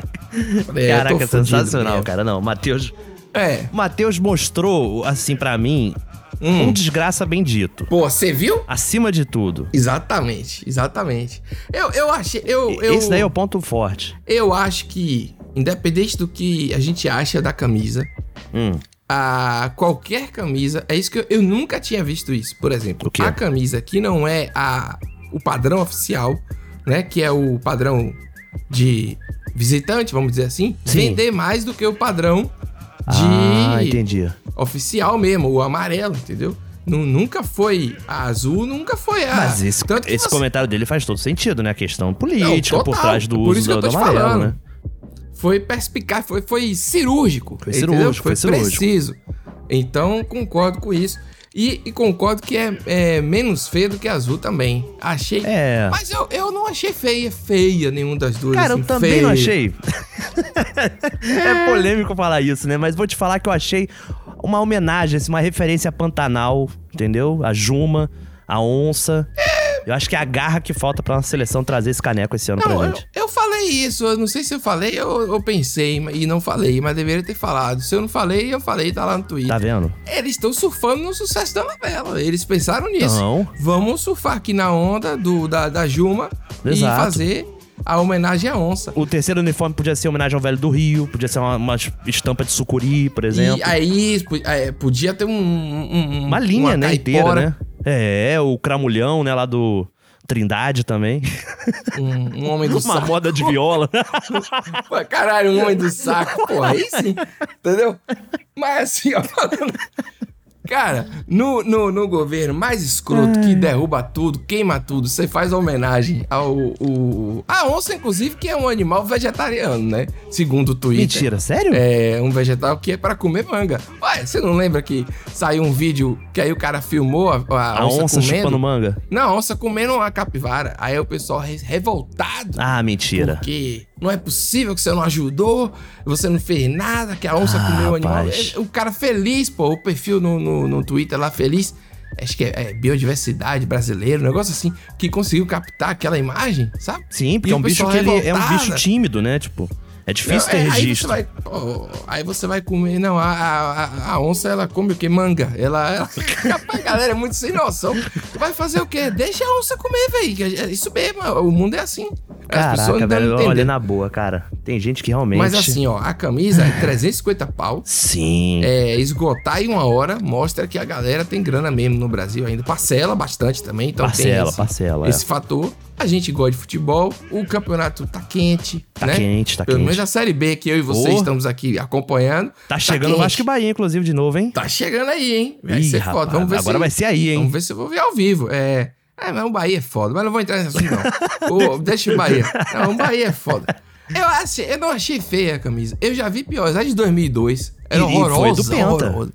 [SPEAKER 3] Falei, eu É, tô
[SPEAKER 2] Caraca,
[SPEAKER 3] fudido
[SPEAKER 2] sensacional,
[SPEAKER 3] mesmo.
[SPEAKER 2] cara. Não, Matheus.
[SPEAKER 3] É.
[SPEAKER 2] Matheus mostrou, assim, pra mim,
[SPEAKER 3] Hum.
[SPEAKER 2] um desgraça bendito.
[SPEAKER 3] Pô, você viu?
[SPEAKER 2] Acima de tudo.
[SPEAKER 3] Exatamente, exatamente. Eu, eu achei. Eu, eu,
[SPEAKER 2] Esse daí é o ponto forte.
[SPEAKER 3] eu acho que, independente do que a gente acha da camisa,
[SPEAKER 2] Hum.
[SPEAKER 3] a qualquer camisa. É isso que eu, eu nunca tinha visto isso. Por exemplo,
[SPEAKER 2] O quê?
[SPEAKER 3] a camisa que não é a, o padrão oficial, né? Que é o padrão de visitante, vamos dizer assim,
[SPEAKER 2] Sim.
[SPEAKER 3] vender mais do que o padrão
[SPEAKER 2] Ah,
[SPEAKER 3] de
[SPEAKER 2] entendi.
[SPEAKER 3] oficial mesmo, o amarelo, entendeu? Nu- Nunca foi a azul, nunca foi a.
[SPEAKER 2] Mas esse,
[SPEAKER 3] Tanto que
[SPEAKER 2] esse
[SPEAKER 3] você-
[SPEAKER 2] comentário dele faz todo sentido, né? A questão política
[SPEAKER 3] Não,
[SPEAKER 2] por
[SPEAKER 3] total.
[SPEAKER 2] trás do
[SPEAKER 3] Por
[SPEAKER 2] uso
[SPEAKER 3] isso que
[SPEAKER 2] do,
[SPEAKER 3] eu tô
[SPEAKER 2] do
[SPEAKER 3] te
[SPEAKER 2] amarelo,
[SPEAKER 3] falando.
[SPEAKER 2] né?
[SPEAKER 3] foi perspicaz, foi, foi cirúrgico.
[SPEAKER 2] Foi
[SPEAKER 3] entendeu?
[SPEAKER 2] cirúrgico, foi cirúrgico.
[SPEAKER 3] preciso. Então, concordo com isso. E, e concordo que é, é menos feio do que azul também. Achei.
[SPEAKER 2] É.
[SPEAKER 3] Mas eu, eu não achei feia, feia nenhuma das duas.
[SPEAKER 2] Cara,
[SPEAKER 3] assim,
[SPEAKER 2] eu também não
[SPEAKER 3] feia.
[SPEAKER 2] achei. [laughs] é polêmico falar isso, né? Mas vou te falar que eu achei uma homenagem, assim, uma referência a Pantanal, entendeu? A Juma, a Onça. Eu acho que é a garra que falta pra nossa seleção trazer esse caneco esse ano
[SPEAKER 3] Não,
[SPEAKER 2] pra
[SPEAKER 3] eu,
[SPEAKER 2] gente.
[SPEAKER 3] eu falei isso. Eu não sei se eu falei ou eu pensei e não falei, mas deveria ter falado. Se eu não falei, eu falei, tá lá no Twitter.
[SPEAKER 2] Tá vendo?
[SPEAKER 3] Eles estão surfando no sucesso da novela. Eles pensaram nisso.
[SPEAKER 2] Então,
[SPEAKER 3] Vamos surfar aqui na onda do, da, da Juma
[SPEAKER 2] Exato.
[SPEAKER 3] e fazer a homenagem à onça.
[SPEAKER 2] o terceiro uniforme podia ser em homenagem ao Velho do Rio, podia ser uma, uma estampa de sucuri, por exemplo.
[SPEAKER 3] E aí po- é, podia ter um, um-
[SPEAKER 2] Uma linha, né? Inteira,
[SPEAKER 3] caipora,
[SPEAKER 2] né? É, o Cramulhão, né? Lá do Trindade
[SPEAKER 3] [laughs]
[SPEAKER 2] também.
[SPEAKER 3] Um, um homem do
[SPEAKER 2] [laughs] Uma
[SPEAKER 3] saco.
[SPEAKER 2] moda de
[SPEAKER 3] [laughs]
[SPEAKER 2] viola.
[SPEAKER 3] Pô, Caralho, um homem do saco. Pô, aí sim. Entendeu? Mas assim, ó, falando. Cara, no, no, no governo mais escroto, que derruba tudo, queima tudo, você faz homenagem ao. O, a onça, inclusive, que é um animal vegetariano, né? Segundo o Twitter.
[SPEAKER 2] Mentira, sério?
[SPEAKER 3] É, um vegetal que é pra comer manga. Ué, você não lembra que saiu um vídeo que aí o cara filmou a, a
[SPEAKER 2] a
[SPEAKER 3] onça,
[SPEAKER 2] onça, chupando
[SPEAKER 3] comendo?
[SPEAKER 2] manga?
[SPEAKER 3] Não, a onça comendo uma capivara. Aí o pessoal re- revoltado.
[SPEAKER 2] Ah, mentira.
[SPEAKER 3] Porque não é possível que você não ajudou, você não fez nada, que a onça
[SPEAKER 2] Ah,
[SPEAKER 3] comeu o animal.
[SPEAKER 2] rapaz.
[SPEAKER 3] É, O cara feliz, pô, o perfil no, no, no Twitter lá feliz. Acho que é, é biodiversidade brasileira, um negócio assim, que conseguiu captar aquela imagem, sabe?
[SPEAKER 2] Sim, porque
[SPEAKER 3] E
[SPEAKER 2] é um
[SPEAKER 3] o
[SPEAKER 2] bicho
[SPEAKER 3] pessoal
[SPEAKER 2] que ele é um bicho
[SPEAKER 3] revoltada.
[SPEAKER 2] tímido, né? Tipo, é difícil
[SPEAKER 3] Não,
[SPEAKER 2] ter
[SPEAKER 3] é, Aí você
[SPEAKER 2] registro.
[SPEAKER 3] vai, pô, aí você vai comer. Não, a, a, a- a onça ela come o quê? Manga. Ela. ela [laughs] a galera é muito sem noção. Vai fazer o quê? Deixa a onça comer, velho. É Isso mesmo, o mundo é assim.
[SPEAKER 2] Caraca,
[SPEAKER 3] tão
[SPEAKER 2] velho,
[SPEAKER 3] entendendo.
[SPEAKER 2] olha na boa, cara. Tem gente que realmente.
[SPEAKER 3] Mas assim, ó, a
[SPEAKER 2] [laughs]
[SPEAKER 3] camisa é 350 pau.
[SPEAKER 2] Sim.
[SPEAKER 3] É, esgotar em uma hora mostra que a galera tem grana mesmo no Brasil ainda. Parcela bastante também, então
[SPEAKER 2] parcela,
[SPEAKER 3] tem esse,
[SPEAKER 2] parcela. é.
[SPEAKER 3] esse fator. A gente gosta de futebol, o campeonato tá quente,
[SPEAKER 2] Tá
[SPEAKER 3] né?
[SPEAKER 2] quente, tá
[SPEAKER 3] Pelo
[SPEAKER 2] quente.
[SPEAKER 3] menos a Série B que eu e você
[SPEAKER 2] Oh.
[SPEAKER 3] estamos aqui acompanhando.
[SPEAKER 2] Tá chegando o
[SPEAKER 3] quente.
[SPEAKER 2] Vasco e Bahia, inclusive, de novo, hein?
[SPEAKER 3] Tá chegando aí, hein? Vai
[SPEAKER 2] Ih,
[SPEAKER 3] ser
[SPEAKER 2] rapaz,
[SPEAKER 3] foda. Vamos ver
[SPEAKER 2] agora
[SPEAKER 3] se...
[SPEAKER 2] vai ser aí, hein?
[SPEAKER 3] Vamos ver se eu vou ver ao vivo. É. É, mas o Bahia é foda, mas não vou entrar nesse assunto,
[SPEAKER 2] [laughs]
[SPEAKER 3] não. Ô, deixa o Bahia. Não, o Bahia é foda. Eu, achei, eu não achei feia a camisa. Eu já vi piores. A de 2002. Era
[SPEAKER 2] E- e foi
[SPEAKER 3] horrorosa.
[SPEAKER 2] do Penta.
[SPEAKER 3] horrorosa.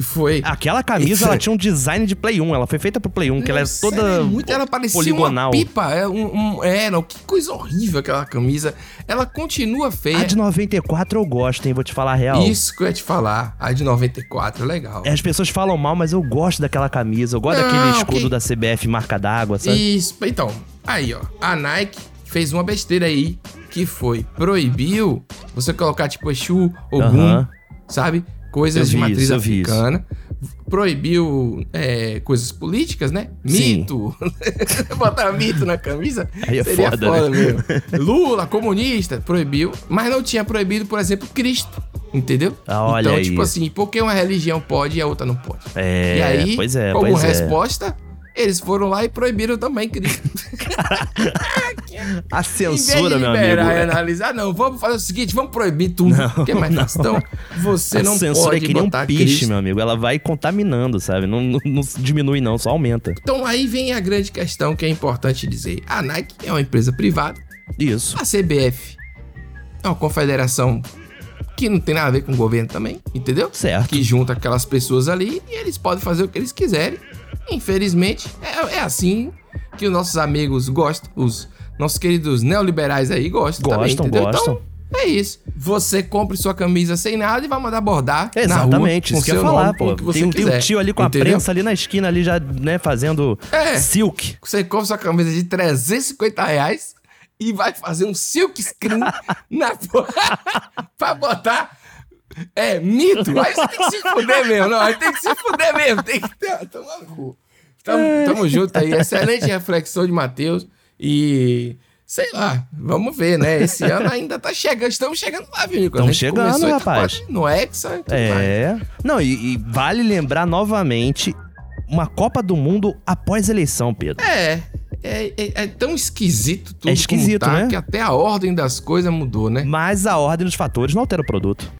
[SPEAKER 3] Foi.
[SPEAKER 2] Aquela camisa,
[SPEAKER 3] Isso.
[SPEAKER 2] ela tinha um design de Play 1. Ela foi feita pro Play 1, que ela é toda
[SPEAKER 3] Ela é muito, ela parecia
[SPEAKER 2] poligonal.
[SPEAKER 3] uma pipa, é um, um- era, que coisa horrível aquela camisa. Ela continua feia.
[SPEAKER 2] A de 94 eu gosto, hein? Vou te falar a real.
[SPEAKER 3] Isso que eu ia te falar, a de 94, legal.
[SPEAKER 2] um. É, As pessoas falam mal, mas eu gosto daquela camisa. Eu gosto
[SPEAKER 3] Não,
[SPEAKER 2] daquele escudo
[SPEAKER 3] que-
[SPEAKER 2] da CBF marca d'água, sabe?
[SPEAKER 3] Isso, então, aí ó, a Nike fez uma besteira aí, que foi, proibiu você colocar tipo Exu, Ogum,
[SPEAKER 2] Aham.
[SPEAKER 3] sabe?
[SPEAKER 2] Eu
[SPEAKER 3] Coisas de
[SPEAKER 2] vi
[SPEAKER 3] matriz
[SPEAKER 2] isso, eu vi isso.
[SPEAKER 3] africana. Proibiu é, coisas políticas, né?
[SPEAKER 2] Sim.
[SPEAKER 3] Mito. [laughs] Botar mito na camisa
[SPEAKER 2] Aí é
[SPEAKER 3] seria
[SPEAKER 2] foda,
[SPEAKER 3] foda,
[SPEAKER 2] né? [laughs]
[SPEAKER 3] mesmo. Lula, comunista, proibiu. Mas não tinha proibido, por exemplo, Cristo. Entendeu?
[SPEAKER 2] Ah, olha
[SPEAKER 3] então,
[SPEAKER 2] aí.
[SPEAKER 3] tipo assim, por que uma religião pode e a outra não pode?
[SPEAKER 2] É,
[SPEAKER 3] e aí,
[SPEAKER 2] pois é,
[SPEAKER 3] como
[SPEAKER 2] pois é.
[SPEAKER 3] resposta, eles foram lá e proibiram também
[SPEAKER 2] [laughs]
[SPEAKER 3] Cristo.
[SPEAKER 2] A
[SPEAKER 3] Em vez de
[SPEAKER 2] censura, meu
[SPEAKER 3] liberar
[SPEAKER 2] amigo. é.
[SPEAKER 3] e analisar, não, vamos fazer o seguinte, vamos proibir tudo.
[SPEAKER 2] Não,
[SPEAKER 3] que é mais fácil.
[SPEAKER 2] [laughs] não.
[SPEAKER 3] Então, você
[SPEAKER 2] a
[SPEAKER 3] não
[SPEAKER 2] censura é
[SPEAKER 3] pode
[SPEAKER 2] que nem um
[SPEAKER 3] botar
[SPEAKER 2] piche,
[SPEAKER 3] Cristo.
[SPEAKER 2] meu amigo. Ela vai contaminando, sabe? Não, não- não diminui, não, só aumenta.
[SPEAKER 3] Então aí vem a grande questão que é importante dizer. A Nike é uma empresa privada.
[SPEAKER 2] Isso.
[SPEAKER 3] A CBF é uma confederação que não tem nada a ver com o governo também, entendeu?
[SPEAKER 2] Certo.
[SPEAKER 3] Que junta aquelas pessoas ali e eles podem fazer o que eles quiserem. Infelizmente, é, é assim que os nossos amigos gostam, os nossos queridos neoliberais aí gostam, também,
[SPEAKER 2] Gostam,
[SPEAKER 3] entendeu?
[SPEAKER 2] gostam.
[SPEAKER 3] Então, é isso. Você compra sua camisa sem nada e vai mandar bordar
[SPEAKER 2] Exatamente,
[SPEAKER 3] na
[SPEAKER 2] isso
[SPEAKER 3] rua, com
[SPEAKER 2] que eu ia
[SPEAKER 3] seu
[SPEAKER 2] falar,
[SPEAKER 3] nome, com
[SPEAKER 2] pô.
[SPEAKER 3] o que você
[SPEAKER 2] Tem, tem
[SPEAKER 3] quiser,
[SPEAKER 2] um tio ali com a
[SPEAKER 3] entendeu?
[SPEAKER 2] prensa ali na esquina, ali já, né, fazendo
[SPEAKER 3] É.
[SPEAKER 2] silk.
[SPEAKER 3] Você compra sua camisa de 350 reais e vai fazer um
[SPEAKER 2] [laughs]
[SPEAKER 3] silk screen na porra [laughs] pra botar. É, mito. Aí você tem que se fuder mesmo. Não, aí tem que se fuder mesmo. Tem que. Tá, toma no cu. Tamo,
[SPEAKER 2] É.
[SPEAKER 3] tamo junto aí. Excelente reflexão de Matheus. E. Sei lá, vamos ver, né? Esse ano ainda tá chegando. Estamos chegando lá, viu, Nicolas?
[SPEAKER 2] Estamos
[SPEAKER 3] A gente
[SPEAKER 2] chegando,
[SPEAKER 3] começou e tá
[SPEAKER 2] rapaz.
[SPEAKER 3] quase No Hexa. e tudo mais.
[SPEAKER 2] É. Não, e, e vale lembrar novamente uma Copa do Mundo após a eleição, Pedro.
[SPEAKER 3] É, é, é- é tão esquisito tudo
[SPEAKER 2] É esquisito,
[SPEAKER 3] como tá,
[SPEAKER 2] né?
[SPEAKER 3] que até a ordem das coisas mudou, né?
[SPEAKER 2] Mas a ordem dos fatores não altera o produto.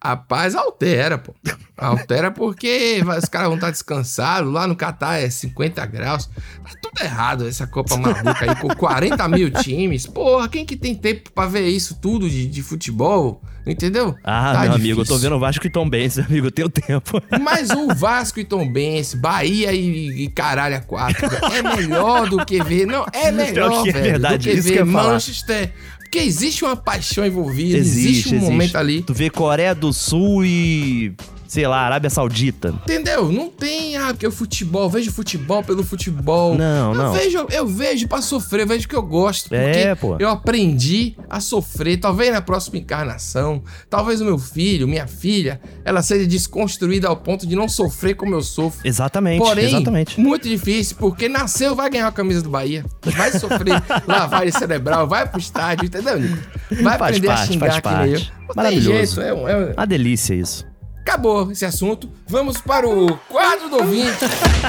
[SPEAKER 3] Rapaz, altera, pô. Altera porque vai- os caras vão estar descansados. Lá no Catar é 50 graus. Tá tudo errado essa Copa maluca aí com 40 mil times. Porra, quem que tem tempo pra ver isso tudo de, de futebol? Entendeu?
[SPEAKER 2] Ah,
[SPEAKER 3] Tá
[SPEAKER 2] meu amigo, eu tô
[SPEAKER 3] difícil.
[SPEAKER 2] vendo o Vasco e Tom Benz, meu amigo, eu tenho tempo.
[SPEAKER 3] Mas o Vasco e Tombense, Bahia e, e caralho a quatro, é melhor do que ver. Não, é melhor,
[SPEAKER 2] que é
[SPEAKER 3] velho,
[SPEAKER 2] verdade,
[SPEAKER 3] do que
[SPEAKER 2] isso
[SPEAKER 3] ver
[SPEAKER 2] que eu ia falar.
[SPEAKER 3] Manchester. Porque existe uma paixão envolvida, [laughs] existe,
[SPEAKER 2] Existe,
[SPEAKER 3] um
[SPEAKER 2] existe.
[SPEAKER 3] momento ali.
[SPEAKER 2] Tu vê Coreia do Sul e, sei lá, Arábia Saudita.
[SPEAKER 3] Entendeu? Não tem, ah, porque o futebol, eu vejo futebol pelo futebol.
[SPEAKER 2] Não, não.
[SPEAKER 3] Eu vejo, eu vejo pra sofrer, eu vejo que eu gosto.
[SPEAKER 2] É,
[SPEAKER 3] porque
[SPEAKER 2] pô.
[SPEAKER 3] Eu aprendi a sofrer, talvez na próxima encarnação, talvez o meu filho, minha filha, ela seja desconstruída ao ponto de não sofrer como eu sofro.
[SPEAKER 2] Exatamente,
[SPEAKER 3] Porém,
[SPEAKER 2] exatamente.
[SPEAKER 3] muito difícil, porque nasceu, vai ganhar a camisa do Bahia. Vai
[SPEAKER 2] [laughs]
[SPEAKER 3] sofrer lavagem cerebral, vai pro estádio, entendeu, Nico? Vai
[SPEAKER 2] Faz
[SPEAKER 3] aprender a
[SPEAKER 2] parte,
[SPEAKER 3] xingar
[SPEAKER 2] faz
[SPEAKER 3] que nem eu.
[SPEAKER 2] parte.
[SPEAKER 3] Não tem
[SPEAKER 2] Maravilhoso.
[SPEAKER 3] jeito, é, um- é um-
[SPEAKER 2] Uma delícia isso.
[SPEAKER 3] acabou esse assunto. Vamos para o quadro do
[SPEAKER 2] [laughs]
[SPEAKER 3] ouvinte.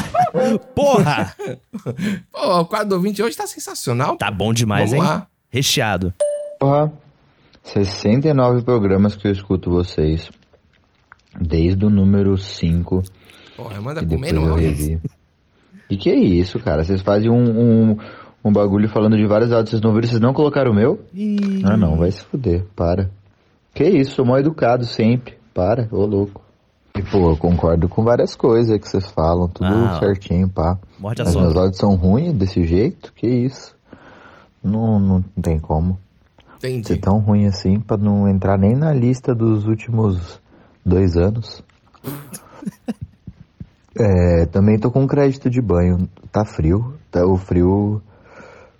[SPEAKER 3] [laughs]
[SPEAKER 2] Porra!
[SPEAKER 3] Pô, o quadro do ouvinte hoje tá sensacional.
[SPEAKER 2] tá bom demais,
[SPEAKER 3] Vamos
[SPEAKER 2] hein?
[SPEAKER 3] lá.
[SPEAKER 2] Recheado.
[SPEAKER 12] Porra, 69 programas que eu escuto vocês. Desde o número 5
[SPEAKER 3] Porra, manda
[SPEAKER 12] e
[SPEAKER 3] comer
[SPEAKER 12] depois
[SPEAKER 3] não.
[SPEAKER 12] eu revi. E que é isso, cara? Vocês fazem um, um, um bagulho falando de vários áudios, vocês não viram, vocês não colocaram o meu? Ah não, vai se fuder, para. Que isso, sou mal educado sempre. Para, ô louco. E pô, eu concordo com várias coisas que vocês falam, tudo
[SPEAKER 2] Ah, ó.
[SPEAKER 12] certinho, pá.
[SPEAKER 2] Morde a
[SPEAKER 12] Mas meus
[SPEAKER 2] sopa.
[SPEAKER 12] áudios são ruins desse jeito? Que isso? Não, não tem como ser
[SPEAKER 2] tá-
[SPEAKER 3] Entendi.
[SPEAKER 12] tão ruim assim pra não entrar nem na lista dos últimos dois anos. É, também tô com crédito de banho. Tá frio, tá, o frio, o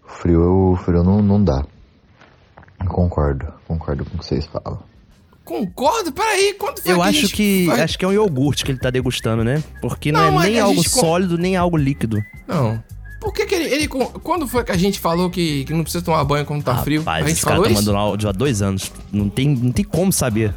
[SPEAKER 12] frio, o frio não, não dá. Concordo, concordo com o que vocês falam.
[SPEAKER 3] Concordo, peraí, quanto foi
[SPEAKER 2] Eu
[SPEAKER 3] que a
[SPEAKER 2] acho
[SPEAKER 3] gente
[SPEAKER 2] que.
[SPEAKER 3] faz?
[SPEAKER 2] Acho que é um iogurte que ele tá degustando, né? Porque não,
[SPEAKER 3] Não, mas
[SPEAKER 2] é nem
[SPEAKER 3] a
[SPEAKER 2] algo
[SPEAKER 3] gente com-
[SPEAKER 2] sólido, nem algo líquido.
[SPEAKER 3] Não. Por que que ele, ele- Quando foi que a gente falou que, que não precisa tomar banho quando tá frio?
[SPEAKER 2] Rapaz,
[SPEAKER 3] a gente
[SPEAKER 2] esse cara
[SPEAKER 3] falou
[SPEAKER 2] tá
[SPEAKER 3] isso?
[SPEAKER 2] mandando áudio há dois anos. Não tem, não tem como saber.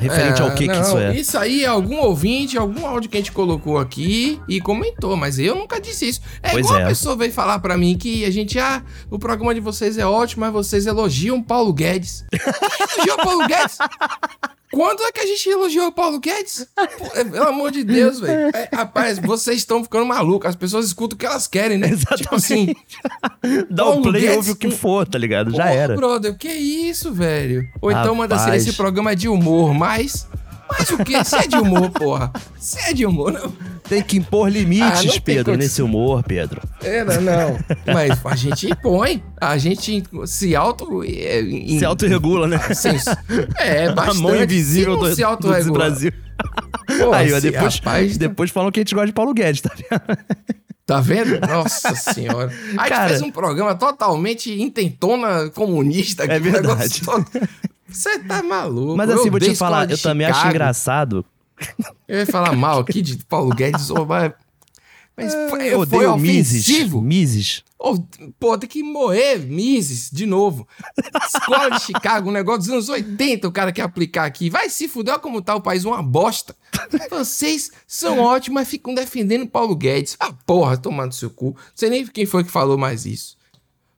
[SPEAKER 2] Referente
[SPEAKER 3] É,
[SPEAKER 2] ao que que
[SPEAKER 3] não,
[SPEAKER 2] isso é.
[SPEAKER 3] Isso aí é algum ouvinte, algum áudio que a gente colocou aqui e comentou, mas eu nunca disse isso. É
[SPEAKER 2] Pois
[SPEAKER 3] igual
[SPEAKER 2] é.
[SPEAKER 3] a pessoa veio falar pra mim que a gente, ah, o programa de vocês é ótimo, mas vocês elogiam Paulo Guedes. Quem elogiou Paulo Guedes? Quando é que a gente elogiou o Paulo Guedes? Pô, é, Pelo amor de Deus, velho. É, rapaz, vocês estão ficando malucos. As pessoas escutam o que elas querem, né? Tipo assim,
[SPEAKER 2] Dá o
[SPEAKER 3] Paulo
[SPEAKER 2] play,
[SPEAKER 3] Guedes
[SPEAKER 2] ouve o que
[SPEAKER 3] com-
[SPEAKER 2] for, tá ligado? Já
[SPEAKER 3] Pô,
[SPEAKER 2] era.
[SPEAKER 3] brother, que isso, velho? Ou então manda assim,
[SPEAKER 2] Rapaz.
[SPEAKER 3] esse programa é de humor, mas. Mas Mas o quê? Você é de humor, porra. Você é de humor, não.
[SPEAKER 2] Tem que impor
[SPEAKER 3] Ah, não
[SPEAKER 2] limites,
[SPEAKER 3] tem
[SPEAKER 2] Pedro,
[SPEAKER 3] condição.
[SPEAKER 2] nesse humor, Pedro.
[SPEAKER 3] Era, não. Mas a gente impõe. A gente se auto... é, em-
[SPEAKER 2] Se autorregula,
[SPEAKER 3] [laughs]
[SPEAKER 2] né?
[SPEAKER 3] Sim, é, bastante.
[SPEAKER 2] A mão invisível
[SPEAKER 3] Se não
[SPEAKER 2] do,
[SPEAKER 3] se
[SPEAKER 2] do
[SPEAKER 3] autorregula.
[SPEAKER 2] Brasil.
[SPEAKER 3] Pô,
[SPEAKER 2] Aí, ó,
[SPEAKER 3] se-
[SPEAKER 2] depois,
[SPEAKER 3] rapaz, né?
[SPEAKER 2] depois falam que a gente gosta de Paulo Guedes, tá vendo?
[SPEAKER 3] Tá vendo? Nossa senhora. A gente
[SPEAKER 2] Cara.
[SPEAKER 3] fez um programa totalmente intentona comunista. aqui,
[SPEAKER 2] É
[SPEAKER 3] um negócio
[SPEAKER 2] verdade.
[SPEAKER 3] todo- Você tá maluco.
[SPEAKER 2] Mas assim,
[SPEAKER 3] eu
[SPEAKER 2] vou
[SPEAKER 3] odeio
[SPEAKER 2] te
[SPEAKER 3] escola
[SPEAKER 2] falar,
[SPEAKER 3] de
[SPEAKER 2] eu também acho
[SPEAKER 3] Chicago.
[SPEAKER 2] engraçado.
[SPEAKER 3] Eu ia falar mal aqui de Paulo Guedes, ô, mas... Mas foi,
[SPEAKER 2] É, Eu
[SPEAKER 3] foi
[SPEAKER 2] odeio Mises.
[SPEAKER 3] ofensivo.
[SPEAKER 2] Mises.
[SPEAKER 3] Ô, pô, tem que morrer Mises de novo. Escola de Chicago, um negócio dos anos 80, o cara quer aplicar aqui. Vai se fuder, olha como tá o país, uma bosta. Vocês são ótimos, mas ficam defendendo Paulo Guedes. Ah, porra, tomando seu cu. Não sei nem quem foi que falou mais isso.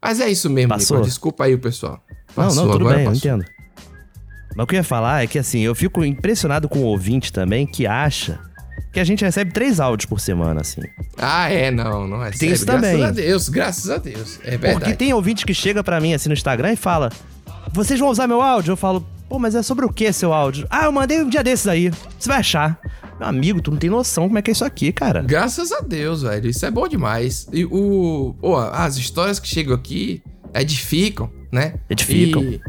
[SPEAKER 3] Mas é isso mesmo,
[SPEAKER 2] Passou?
[SPEAKER 3] Nicolas. Desculpa aí o pessoal.
[SPEAKER 2] não, não, tudo
[SPEAKER 3] agora
[SPEAKER 2] bem, eu
[SPEAKER 3] passou.
[SPEAKER 2] entendo. Mas o que eu ia falar é que assim, eu fico impressionado com o ouvinte também que acha que a gente recebe três áudios por semana, assim.
[SPEAKER 3] Ah, é, não, não é
[SPEAKER 2] Tem isso também.
[SPEAKER 3] Graças a Deus, graças a Deus. É verdade.
[SPEAKER 2] Porque tem ouvinte que chega pra mim assim no Instagram e fala: Vocês vão usar meu áudio? Eu falo, pô, mas é sobre o que seu áudio? Ah, eu mandei um dia desses aí. Você vai achar. Meu amigo, tu não tem noção como é que é isso aqui, cara.
[SPEAKER 3] Graças a Deus, velho. Isso é bom demais. E o. Pô, as histórias que chegam aqui edificam, né?
[SPEAKER 2] Edificam.
[SPEAKER 3] E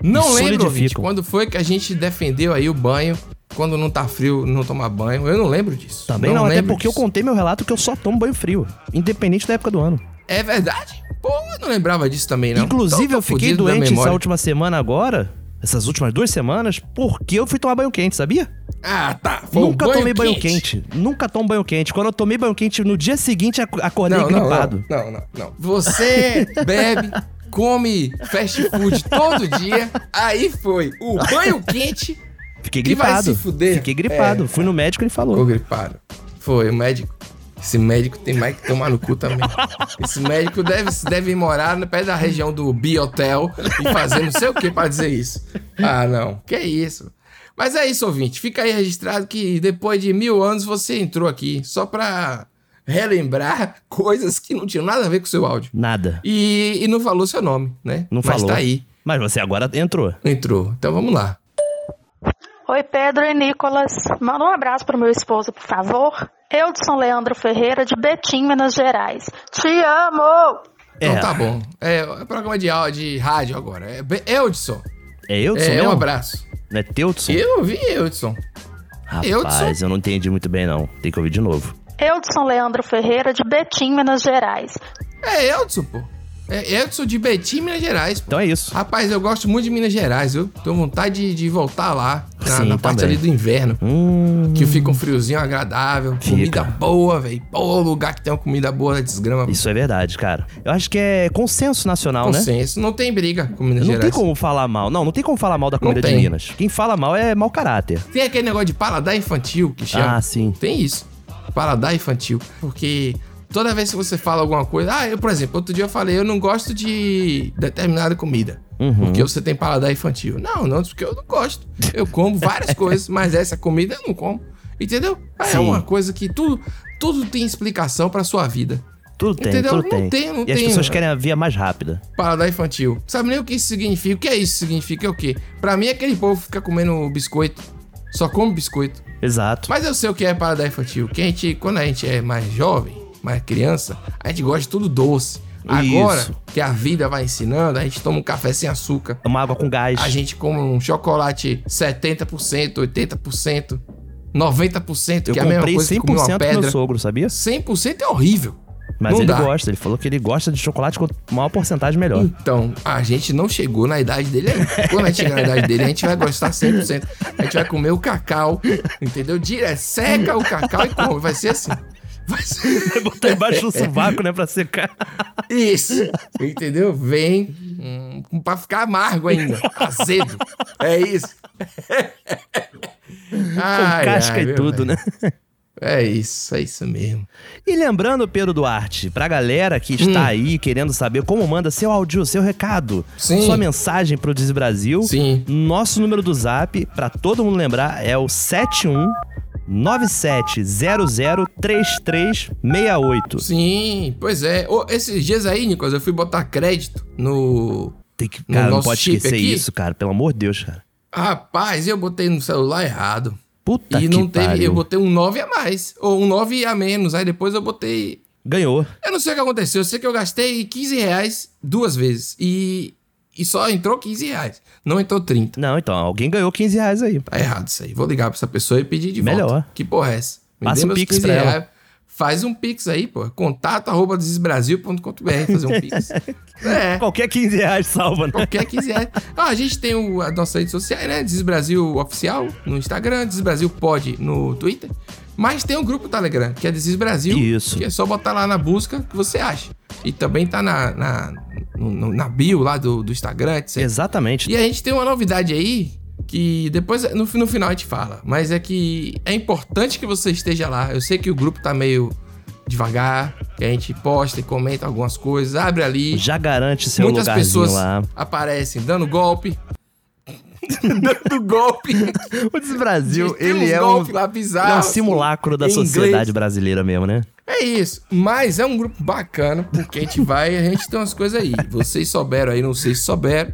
[SPEAKER 3] não
[SPEAKER 2] E
[SPEAKER 3] lembro ouvinte,
[SPEAKER 2] solidificam.
[SPEAKER 3] quando foi que a gente defendeu aí o banho. Quando não tá frio, não tomar banho. Eu não lembro disso.
[SPEAKER 2] Também não, até
[SPEAKER 3] lembro
[SPEAKER 2] porque eu
[SPEAKER 3] disso.
[SPEAKER 2] contei meu relato que eu só tomo banho frio, independente da época do ano.
[SPEAKER 3] É verdade? Pô, eu não lembrava disso também, não.
[SPEAKER 2] Inclusive,
[SPEAKER 3] Então, tô
[SPEAKER 2] eu fiquei
[SPEAKER 3] fudido da
[SPEAKER 2] doente essa
[SPEAKER 3] memória.
[SPEAKER 2] última semana agora, essas últimas duas semanas, porque eu fui tomar banho quente, sabia?
[SPEAKER 3] Ah, tá. Foi o
[SPEAKER 2] Nunca
[SPEAKER 3] banho
[SPEAKER 2] tomei banho
[SPEAKER 3] quente.
[SPEAKER 2] quente. Nunca tomo banho quente. Quando eu tomei banho quente, no dia seguinte ac- acordei
[SPEAKER 3] Não, não,
[SPEAKER 2] gripado.
[SPEAKER 3] não, não, não, não. Você [laughs] bebe, come fast food todo dia. Aí foi. O banho quente
[SPEAKER 2] Fiquei
[SPEAKER 3] Que vai
[SPEAKER 2] gripado.
[SPEAKER 3] se fuder. É.
[SPEAKER 2] Fiquei gripado. Fui no médico e ele falou.
[SPEAKER 3] Ficou gripado. Foi, o médico. Esse médico tem mais que tomar no cu também. Esse médico deve, deve morar no pé da região do Biotel e fazer não sei o que pra dizer isso. Ah, não. Que isso. Mas é isso, ouvinte. Fica aí registrado que depois de mil anos você entrou aqui só pra relembrar [laughs] coisas que não tinham nada a ver com o seu áudio.
[SPEAKER 2] Nada.
[SPEAKER 3] E, e não falou seu nome, né?
[SPEAKER 2] Não
[SPEAKER 3] Mas
[SPEAKER 2] falou.
[SPEAKER 3] tá aí.
[SPEAKER 2] Mas você agora entrou.
[SPEAKER 3] Entrou. Então vamos lá.
[SPEAKER 13] Oi, Pedro e Nicolas. Manda um abraço pro meu esposo, por favor. Eu de São Leandro Ferreira, de Betim, Minas Gerais. Te amo!
[SPEAKER 3] Então tá bom. É, é programa de áudio, de rádio agora. É Be- Eudson.
[SPEAKER 2] É eu,
[SPEAKER 3] É, um
[SPEAKER 2] mesmo?
[SPEAKER 3] abraço.
[SPEAKER 2] Não é Teudson?
[SPEAKER 3] Eu ouvi Eudson.
[SPEAKER 2] Rapaz,
[SPEAKER 13] Eudson?
[SPEAKER 2] eu não entendi muito bem, não. Tem que ouvir de novo.
[SPEAKER 13] Eu de São Leandro Ferreira, de Betim, Minas Gerais.
[SPEAKER 3] É Eudson, pô. É Eudson de Betim, Minas Gerais.
[SPEAKER 2] Então é isso.
[SPEAKER 3] Rapaz, eu gosto muito de Minas Gerais, viu? Tenho vontade de, de voltar lá, na,
[SPEAKER 2] Sim,
[SPEAKER 3] na parte
[SPEAKER 2] também. Hum.
[SPEAKER 3] ali do inverno. Que fica um friozinho agradável, comida boa, velho. Pô, lugar que tem uma comida boa da desgrama.
[SPEAKER 2] Isso é verdade, cara. Eu acho que é consenso nacional, né?
[SPEAKER 3] Consenso, não tem briga com Minas
[SPEAKER 2] Não
[SPEAKER 3] Gerais.
[SPEAKER 2] tem como falar mal. Não, não tem como falar mal da comida de
[SPEAKER 3] tem.
[SPEAKER 2] Minas. Quem fala mal é mau caráter.
[SPEAKER 3] Tem aquele negócio de paladar infantil que chama.
[SPEAKER 2] Ah, sim.
[SPEAKER 3] Tem isso. Paladar infantil. Porque toda vez que você fala alguma coisa. Ah, eu, por exemplo, outro dia eu falei, eu não gosto de determinada comida.
[SPEAKER 2] Uhum.
[SPEAKER 3] Porque você tem paladar infantil. Não, não, porque eu não gosto. Eu
[SPEAKER 2] [laughs]
[SPEAKER 3] como várias coisas, mas essa comida eu não como. Entendeu? É
[SPEAKER 2] Sim.
[SPEAKER 3] uma coisa que tudo, tudo tem explicação pra sua vida.
[SPEAKER 2] Tudo tem,
[SPEAKER 3] Entendeu?
[SPEAKER 2] tudo
[SPEAKER 3] não
[SPEAKER 2] tem.
[SPEAKER 3] tem, não
[SPEAKER 2] e
[SPEAKER 3] tem. né?
[SPEAKER 2] as pessoas querem a via mais rápida.
[SPEAKER 3] Paladar infantil. Sabe nem o que isso significa? O que é isso? Significa é o quê? Pra mim, aquele povo fica comendo biscoito. Só come biscoito.
[SPEAKER 2] Exato.
[SPEAKER 3] Mas eu sei o que é paladar infantil. Que a gente, quando a gente é mais jovem, mais criança, a gente gosta de tudo doce. Agora
[SPEAKER 2] Isso.
[SPEAKER 3] que a vida vai ensinando, a gente toma um café sem açúcar.
[SPEAKER 2] Uma água com gás.
[SPEAKER 3] A gente come um chocolate 70%, 80%, 90%,
[SPEAKER 2] Eu
[SPEAKER 3] que é a mesma
[SPEAKER 2] comprei
[SPEAKER 3] coisa que
[SPEAKER 2] 100%
[SPEAKER 3] comer uma
[SPEAKER 2] do meu
[SPEAKER 3] pedra.
[SPEAKER 2] sogro, sabia?
[SPEAKER 3] 100% é horrível.
[SPEAKER 2] Mas
[SPEAKER 3] Não
[SPEAKER 2] ele
[SPEAKER 3] dá.
[SPEAKER 2] gosta. Ele falou que ele gosta de chocolate com maior porcentagem melhor.
[SPEAKER 3] [laughs] Então, a gente não chegou na idade dele ainda. Quando a gente chegar na idade dele, a gente vai gostar 100%. A gente vai comer o cacau, entendeu? Direto, seca o cacau e come. Vai ser assim. Vai ser... Vai
[SPEAKER 2] botar embaixo do sovaco, né, pra secar.
[SPEAKER 3] Isso, entendeu? Vem hum, pra ficar amargo ainda, azedo.
[SPEAKER 2] [laughs]
[SPEAKER 3] É isso. [laughs] Ai,
[SPEAKER 2] casca
[SPEAKER 3] ai,
[SPEAKER 2] e
[SPEAKER 3] meu
[SPEAKER 2] tudo,
[SPEAKER 3] velho.
[SPEAKER 2] né?
[SPEAKER 3] É isso, é isso mesmo.
[SPEAKER 2] E lembrando, Pedro Duarte, pra galera
[SPEAKER 3] Hum.
[SPEAKER 2] que está aí querendo saber como manda seu áudio, seu recado,
[SPEAKER 3] Sim.
[SPEAKER 2] sua mensagem pro Diz Brasil,
[SPEAKER 3] Sim.
[SPEAKER 2] nosso número do zap, pra todo mundo lembrar, é o 71 97003368.
[SPEAKER 3] Sim, pois é. Ô, esses dias aí, Nicolas, eu fui botar crédito no.
[SPEAKER 2] Tem que,
[SPEAKER 3] no
[SPEAKER 2] Cara, não
[SPEAKER 3] nosso
[SPEAKER 2] pode
[SPEAKER 3] chip
[SPEAKER 2] esquecer
[SPEAKER 3] aqui.
[SPEAKER 2] isso, cara. Pelo amor de Deus, cara.
[SPEAKER 3] Rapaz, eu botei no celular errado.
[SPEAKER 2] Puta Tá que
[SPEAKER 3] e não teve,
[SPEAKER 2] pariu.
[SPEAKER 3] eu botei um 9 a mais, ou um 9 a menos, aí depois eu botei...
[SPEAKER 2] Ganhou.
[SPEAKER 3] Eu não sei o que aconteceu, eu sei que eu gastei 15 reais duas vezes, e, e só entrou 15 reais, não entrou 30.
[SPEAKER 2] Não, então, alguém ganhou 15 reais aí.
[SPEAKER 3] Tá errado isso aí, vou ligar pra essa pessoa e pedir de
[SPEAKER 2] Melhor.
[SPEAKER 3] volta. Que porra é essa?
[SPEAKER 2] Passa
[SPEAKER 3] dê
[SPEAKER 2] um
[SPEAKER 3] meus
[SPEAKER 2] pix pra ela.
[SPEAKER 3] Faz um pix aí, pô. Contato arroba desesbrasil.com.br fazer
[SPEAKER 2] [laughs]
[SPEAKER 3] um pix. É.
[SPEAKER 2] É. Qualquer 15 reais salva, né?
[SPEAKER 3] Qualquer 15 reais. Ah, a gente tem o, as nossas redes sociais, né? Desis Brasil Oficial no Instagram, Desis Brasil Pod no Twitter. Mas tem o grupo Telegram, que é Desis Brasil.
[SPEAKER 2] Isso.
[SPEAKER 3] Que é só botar lá na busca que você acha. E também tá na, na, no- no- na bio lá do, do Instagram, etc.
[SPEAKER 2] [laughs] Exatamente.
[SPEAKER 3] E a gente tem uma novidade aí, que depois, no, fi- no final a gente fala. Mas é que é importante que você esteja lá. Eu sei que o grupo tá meio devagar, que a gente posta e comenta algumas coisas, abre ali.
[SPEAKER 2] Já garante seu
[SPEAKER 3] Muitas
[SPEAKER 2] lugarzinho
[SPEAKER 3] pessoas
[SPEAKER 2] [laughs] lá.
[SPEAKER 3] aparecem
[SPEAKER 2] [laughs]
[SPEAKER 3] dando golpe. dando golpe.
[SPEAKER 2] O Brasil,
[SPEAKER 3] Tem uns
[SPEAKER 2] ele é um,
[SPEAKER 3] golpes lá bizarros,
[SPEAKER 2] ele é um simulacro da
[SPEAKER 3] em inglês.
[SPEAKER 2] sociedade brasileira mesmo, né?
[SPEAKER 3] É isso. Mas é um grupo bacana, porque a gente vai, a gente tem umas coisas aí. Vocês souberam aí, não sei se souberam.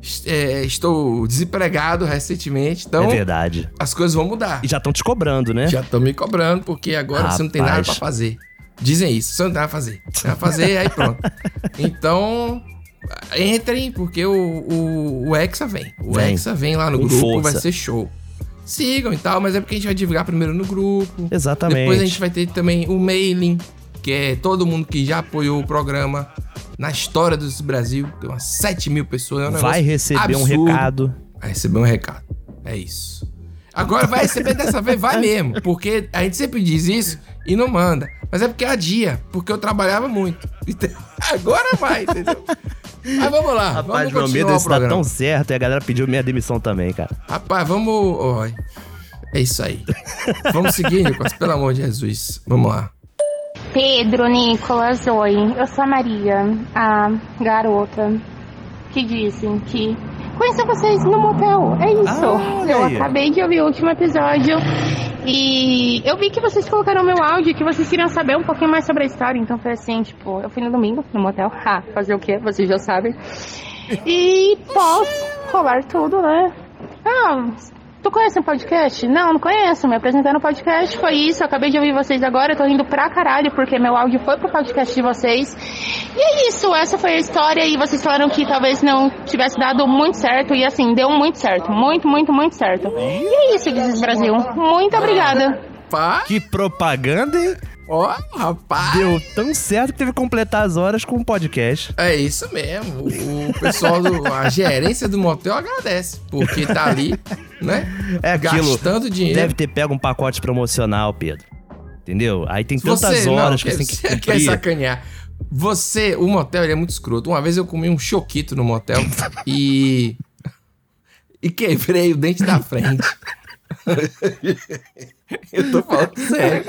[SPEAKER 3] Es- é, estou desempregado recentemente, então
[SPEAKER 2] é verdade.
[SPEAKER 3] as coisas vão mudar.
[SPEAKER 2] E já estão te cobrando, né?
[SPEAKER 3] Já estão me cobrando, porque agora você não tem nada
[SPEAKER 2] Rapaz.
[SPEAKER 3] pra fazer. Dizem isso, você não tem nada pra fazer. Você vai fazer, aí
[SPEAKER 2] [laughs]
[SPEAKER 3] pronto. Então, entrem, porque o, o, o Hexa vem. O
[SPEAKER 2] Vem.
[SPEAKER 3] Hexa vem lá no
[SPEAKER 2] Com
[SPEAKER 3] grupo,
[SPEAKER 2] força.
[SPEAKER 3] vai ser show. Sigam e tal, mas é porque a gente vai divulgar primeiro no grupo.
[SPEAKER 2] Exatamente.
[SPEAKER 3] Depois a gente vai ter também o mailing, que é todo mundo que já apoiou o programa na história do Brasil. Tem umas 7 mil pessoas. é um
[SPEAKER 2] Vai
[SPEAKER 3] negócio
[SPEAKER 2] receber um
[SPEAKER 3] absurdo.
[SPEAKER 2] recado.
[SPEAKER 3] Vai receber um recado. É isso. Agora vai receber dessa vez, vai mesmo. Porque a gente sempre diz isso e não manda. Mas é porque adia, porque eu trabalhava muito. Então, Agora vai, entendeu? Mas Ah, vamos lá,
[SPEAKER 2] Rapaz,
[SPEAKER 3] vamos
[SPEAKER 2] meu medo
[SPEAKER 3] continuar o
[SPEAKER 2] desse tá
[SPEAKER 3] programa.
[SPEAKER 2] tão certo e a galera pediu minha demissão também, cara.
[SPEAKER 3] Rapaz, vamos... ó, é isso aí. Vamos seguir, Nicolas, pelo amor de Jesus. Vamos lá.
[SPEAKER 14] Pedro, Nicolas, oi. Eu sou a Maria, a garota que dizem que conheci vocês no motel. É isso.
[SPEAKER 15] Ah, olha
[SPEAKER 14] eu
[SPEAKER 15] aí.
[SPEAKER 14] acabei de ouvir o último episódio e eu vi que vocês colocaram meu áudio que vocês queriam saber um pouquinho mais sobre a história. Então foi assim, tipo, eu fui no domingo no motel. Ha, fazer o quê? Vocês já sabem. E posso rolar tudo, né? Ah, tu conhece um podcast? Não, não conheço. Me apresentaram no podcast, foi isso. Eu acabei de ouvir vocês agora, eu tô rindo pra caralho, porque meu áudio foi pro podcast de vocês. E é isso, essa foi a história. E vocês falaram que talvez não tivesse dado muito certo. E assim, deu muito certo. Muito, muito, muito certo. E é isso, Dizes Brasil. Muito obrigada.
[SPEAKER 2] Que propaganda, hein?
[SPEAKER 3] Ó, rapaz.
[SPEAKER 2] Deu tão certo que teve que completar as horas com um podcast.
[SPEAKER 3] É isso mesmo. O pessoal, do, a gerência do motel agradece, porque tá ali, né?
[SPEAKER 2] É aquilo.
[SPEAKER 3] Gastando dinheiro.
[SPEAKER 2] Deve ter pego um pacote promocional, Pedro. Entendeu? Aí tem tantas
[SPEAKER 3] não,
[SPEAKER 2] horas que
[SPEAKER 3] quer-
[SPEAKER 2] você tem que
[SPEAKER 3] [laughs] quer
[SPEAKER 2] cumprir.
[SPEAKER 3] sacanear. Você, o motel, ele é muito escroto. Uma vez eu comi um choquito
[SPEAKER 2] [laughs]
[SPEAKER 3] no motel e. E quebrei o dente da frente.
[SPEAKER 2] [laughs]
[SPEAKER 3] eu tô falando sério.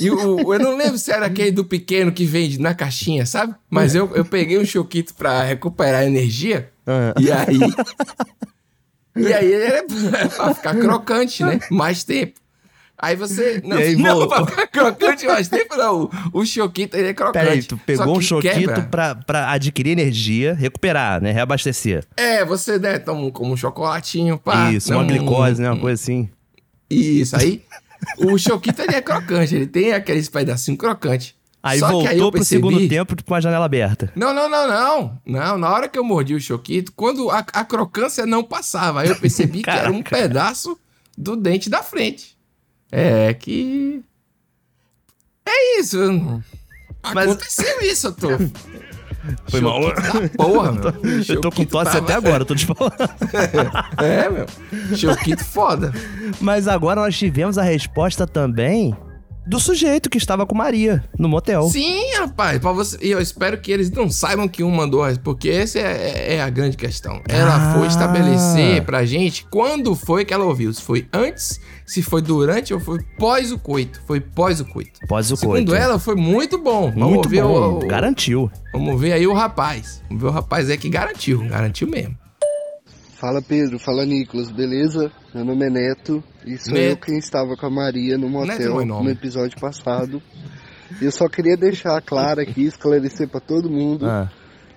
[SPEAKER 3] E o, eu não lembro se era aquele do pequeno que vende na caixinha, sabe? Mas eu, eu peguei um choquito pra recuperar a energia.
[SPEAKER 2] Ah.
[SPEAKER 3] E aí. E aí é pra ficar crocante, né? Mais tempo. Aí você. Não,
[SPEAKER 2] E aí,
[SPEAKER 3] não
[SPEAKER 2] voltou.
[SPEAKER 3] pra ficar crocante mais tempo, não. O choquito ele é crocante.
[SPEAKER 2] Peraí, tu
[SPEAKER 3] Só
[SPEAKER 2] pegou
[SPEAKER 3] que
[SPEAKER 2] um choquito
[SPEAKER 3] quebra.
[SPEAKER 2] pra, pra adquirir energia, recuperar, né? Reabastecer.
[SPEAKER 3] É, você né, toma um, como um chocolatinho, pá.
[SPEAKER 2] Isso, uma
[SPEAKER 3] não-
[SPEAKER 2] glicose, né? Uma coisa assim.
[SPEAKER 3] Isso aí. O choquito ele é crocante, ele tem aqueles pedacinhos crocantes.
[SPEAKER 2] Aí
[SPEAKER 3] Só que
[SPEAKER 2] voltou
[SPEAKER 3] aí eu
[SPEAKER 2] pro
[SPEAKER 3] percebi-
[SPEAKER 2] segundo tempo com a janela aberta.
[SPEAKER 3] Não, não, não, não. Não, na hora que eu mordi o choquito, quando a, a crocância não passava, aí eu percebi que era um pedaço do dente da frente. É que. É isso. Aconteceu isso, eu tô.
[SPEAKER 2] Foi mal.
[SPEAKER 3] Choquito da porra, meu.
[SPEAKER 2] [laughs] Eu tô com
[SPEAKER 3] Choquito
[SPEAKER 2] tosse
[SPEAKER 3] tava-
[SPEAKER 2] até agora, tô te falando. [laughs]
[SPEAKER 3] É, meu. Choquito foda.
[SPEAKER 2] Mas agora nós tivemos a resposta também do sujeito que estava com Maria no motel.
[SPEAKER 3] Sim, rapaz. Pra você... E eu espero que eles não saibam que um mandou, a- porque essa é, é- é a grande questão.
[SPEAKER 2] Ah.
[SPEAKER 3] Ela foi estabelecer pra gente quando foi que ela ouviu. Se foi antes, se foi durante ou foi pós o coito. Foi pós o coito.
[SPEAKER 2] Pós o
[SPEAKER 3] Segundo
[SPEAKER 2] coito.
[SPEAKER 3] ela, foi muito bom. Vamos
[SPEAKER 2] Muito
[SPEAKER 3] ver
[SPEAKER 2] bom,
[SPEAKER 3] o- o-
[SPEAKER 2] garantiu.
[SPEAKER 3] Vamos ver aí o rapaz. Vamos ver o rapaz aí que garantiu. Garantiu mesmo.
[SPEAKER 16] Fala Pedro, fala Nicolas, beleza? Meu nome é Neto e sou
[SPEAKER 3] Neto.
[SPEAKER 16] eu quem é estava com a Maria no
[SPEAKER 3] Neto Né? é
[SPEAKER 16] motel
[SPEAKER 3] meu nome.
[SPEAKER 16] no episódio passado. Eu só queria deixar claro aqui,
[SPEAKER 3] Uhum.
[SPEAKER 2] Ah,
[SPEAKER 16] esclarecer para todo mundo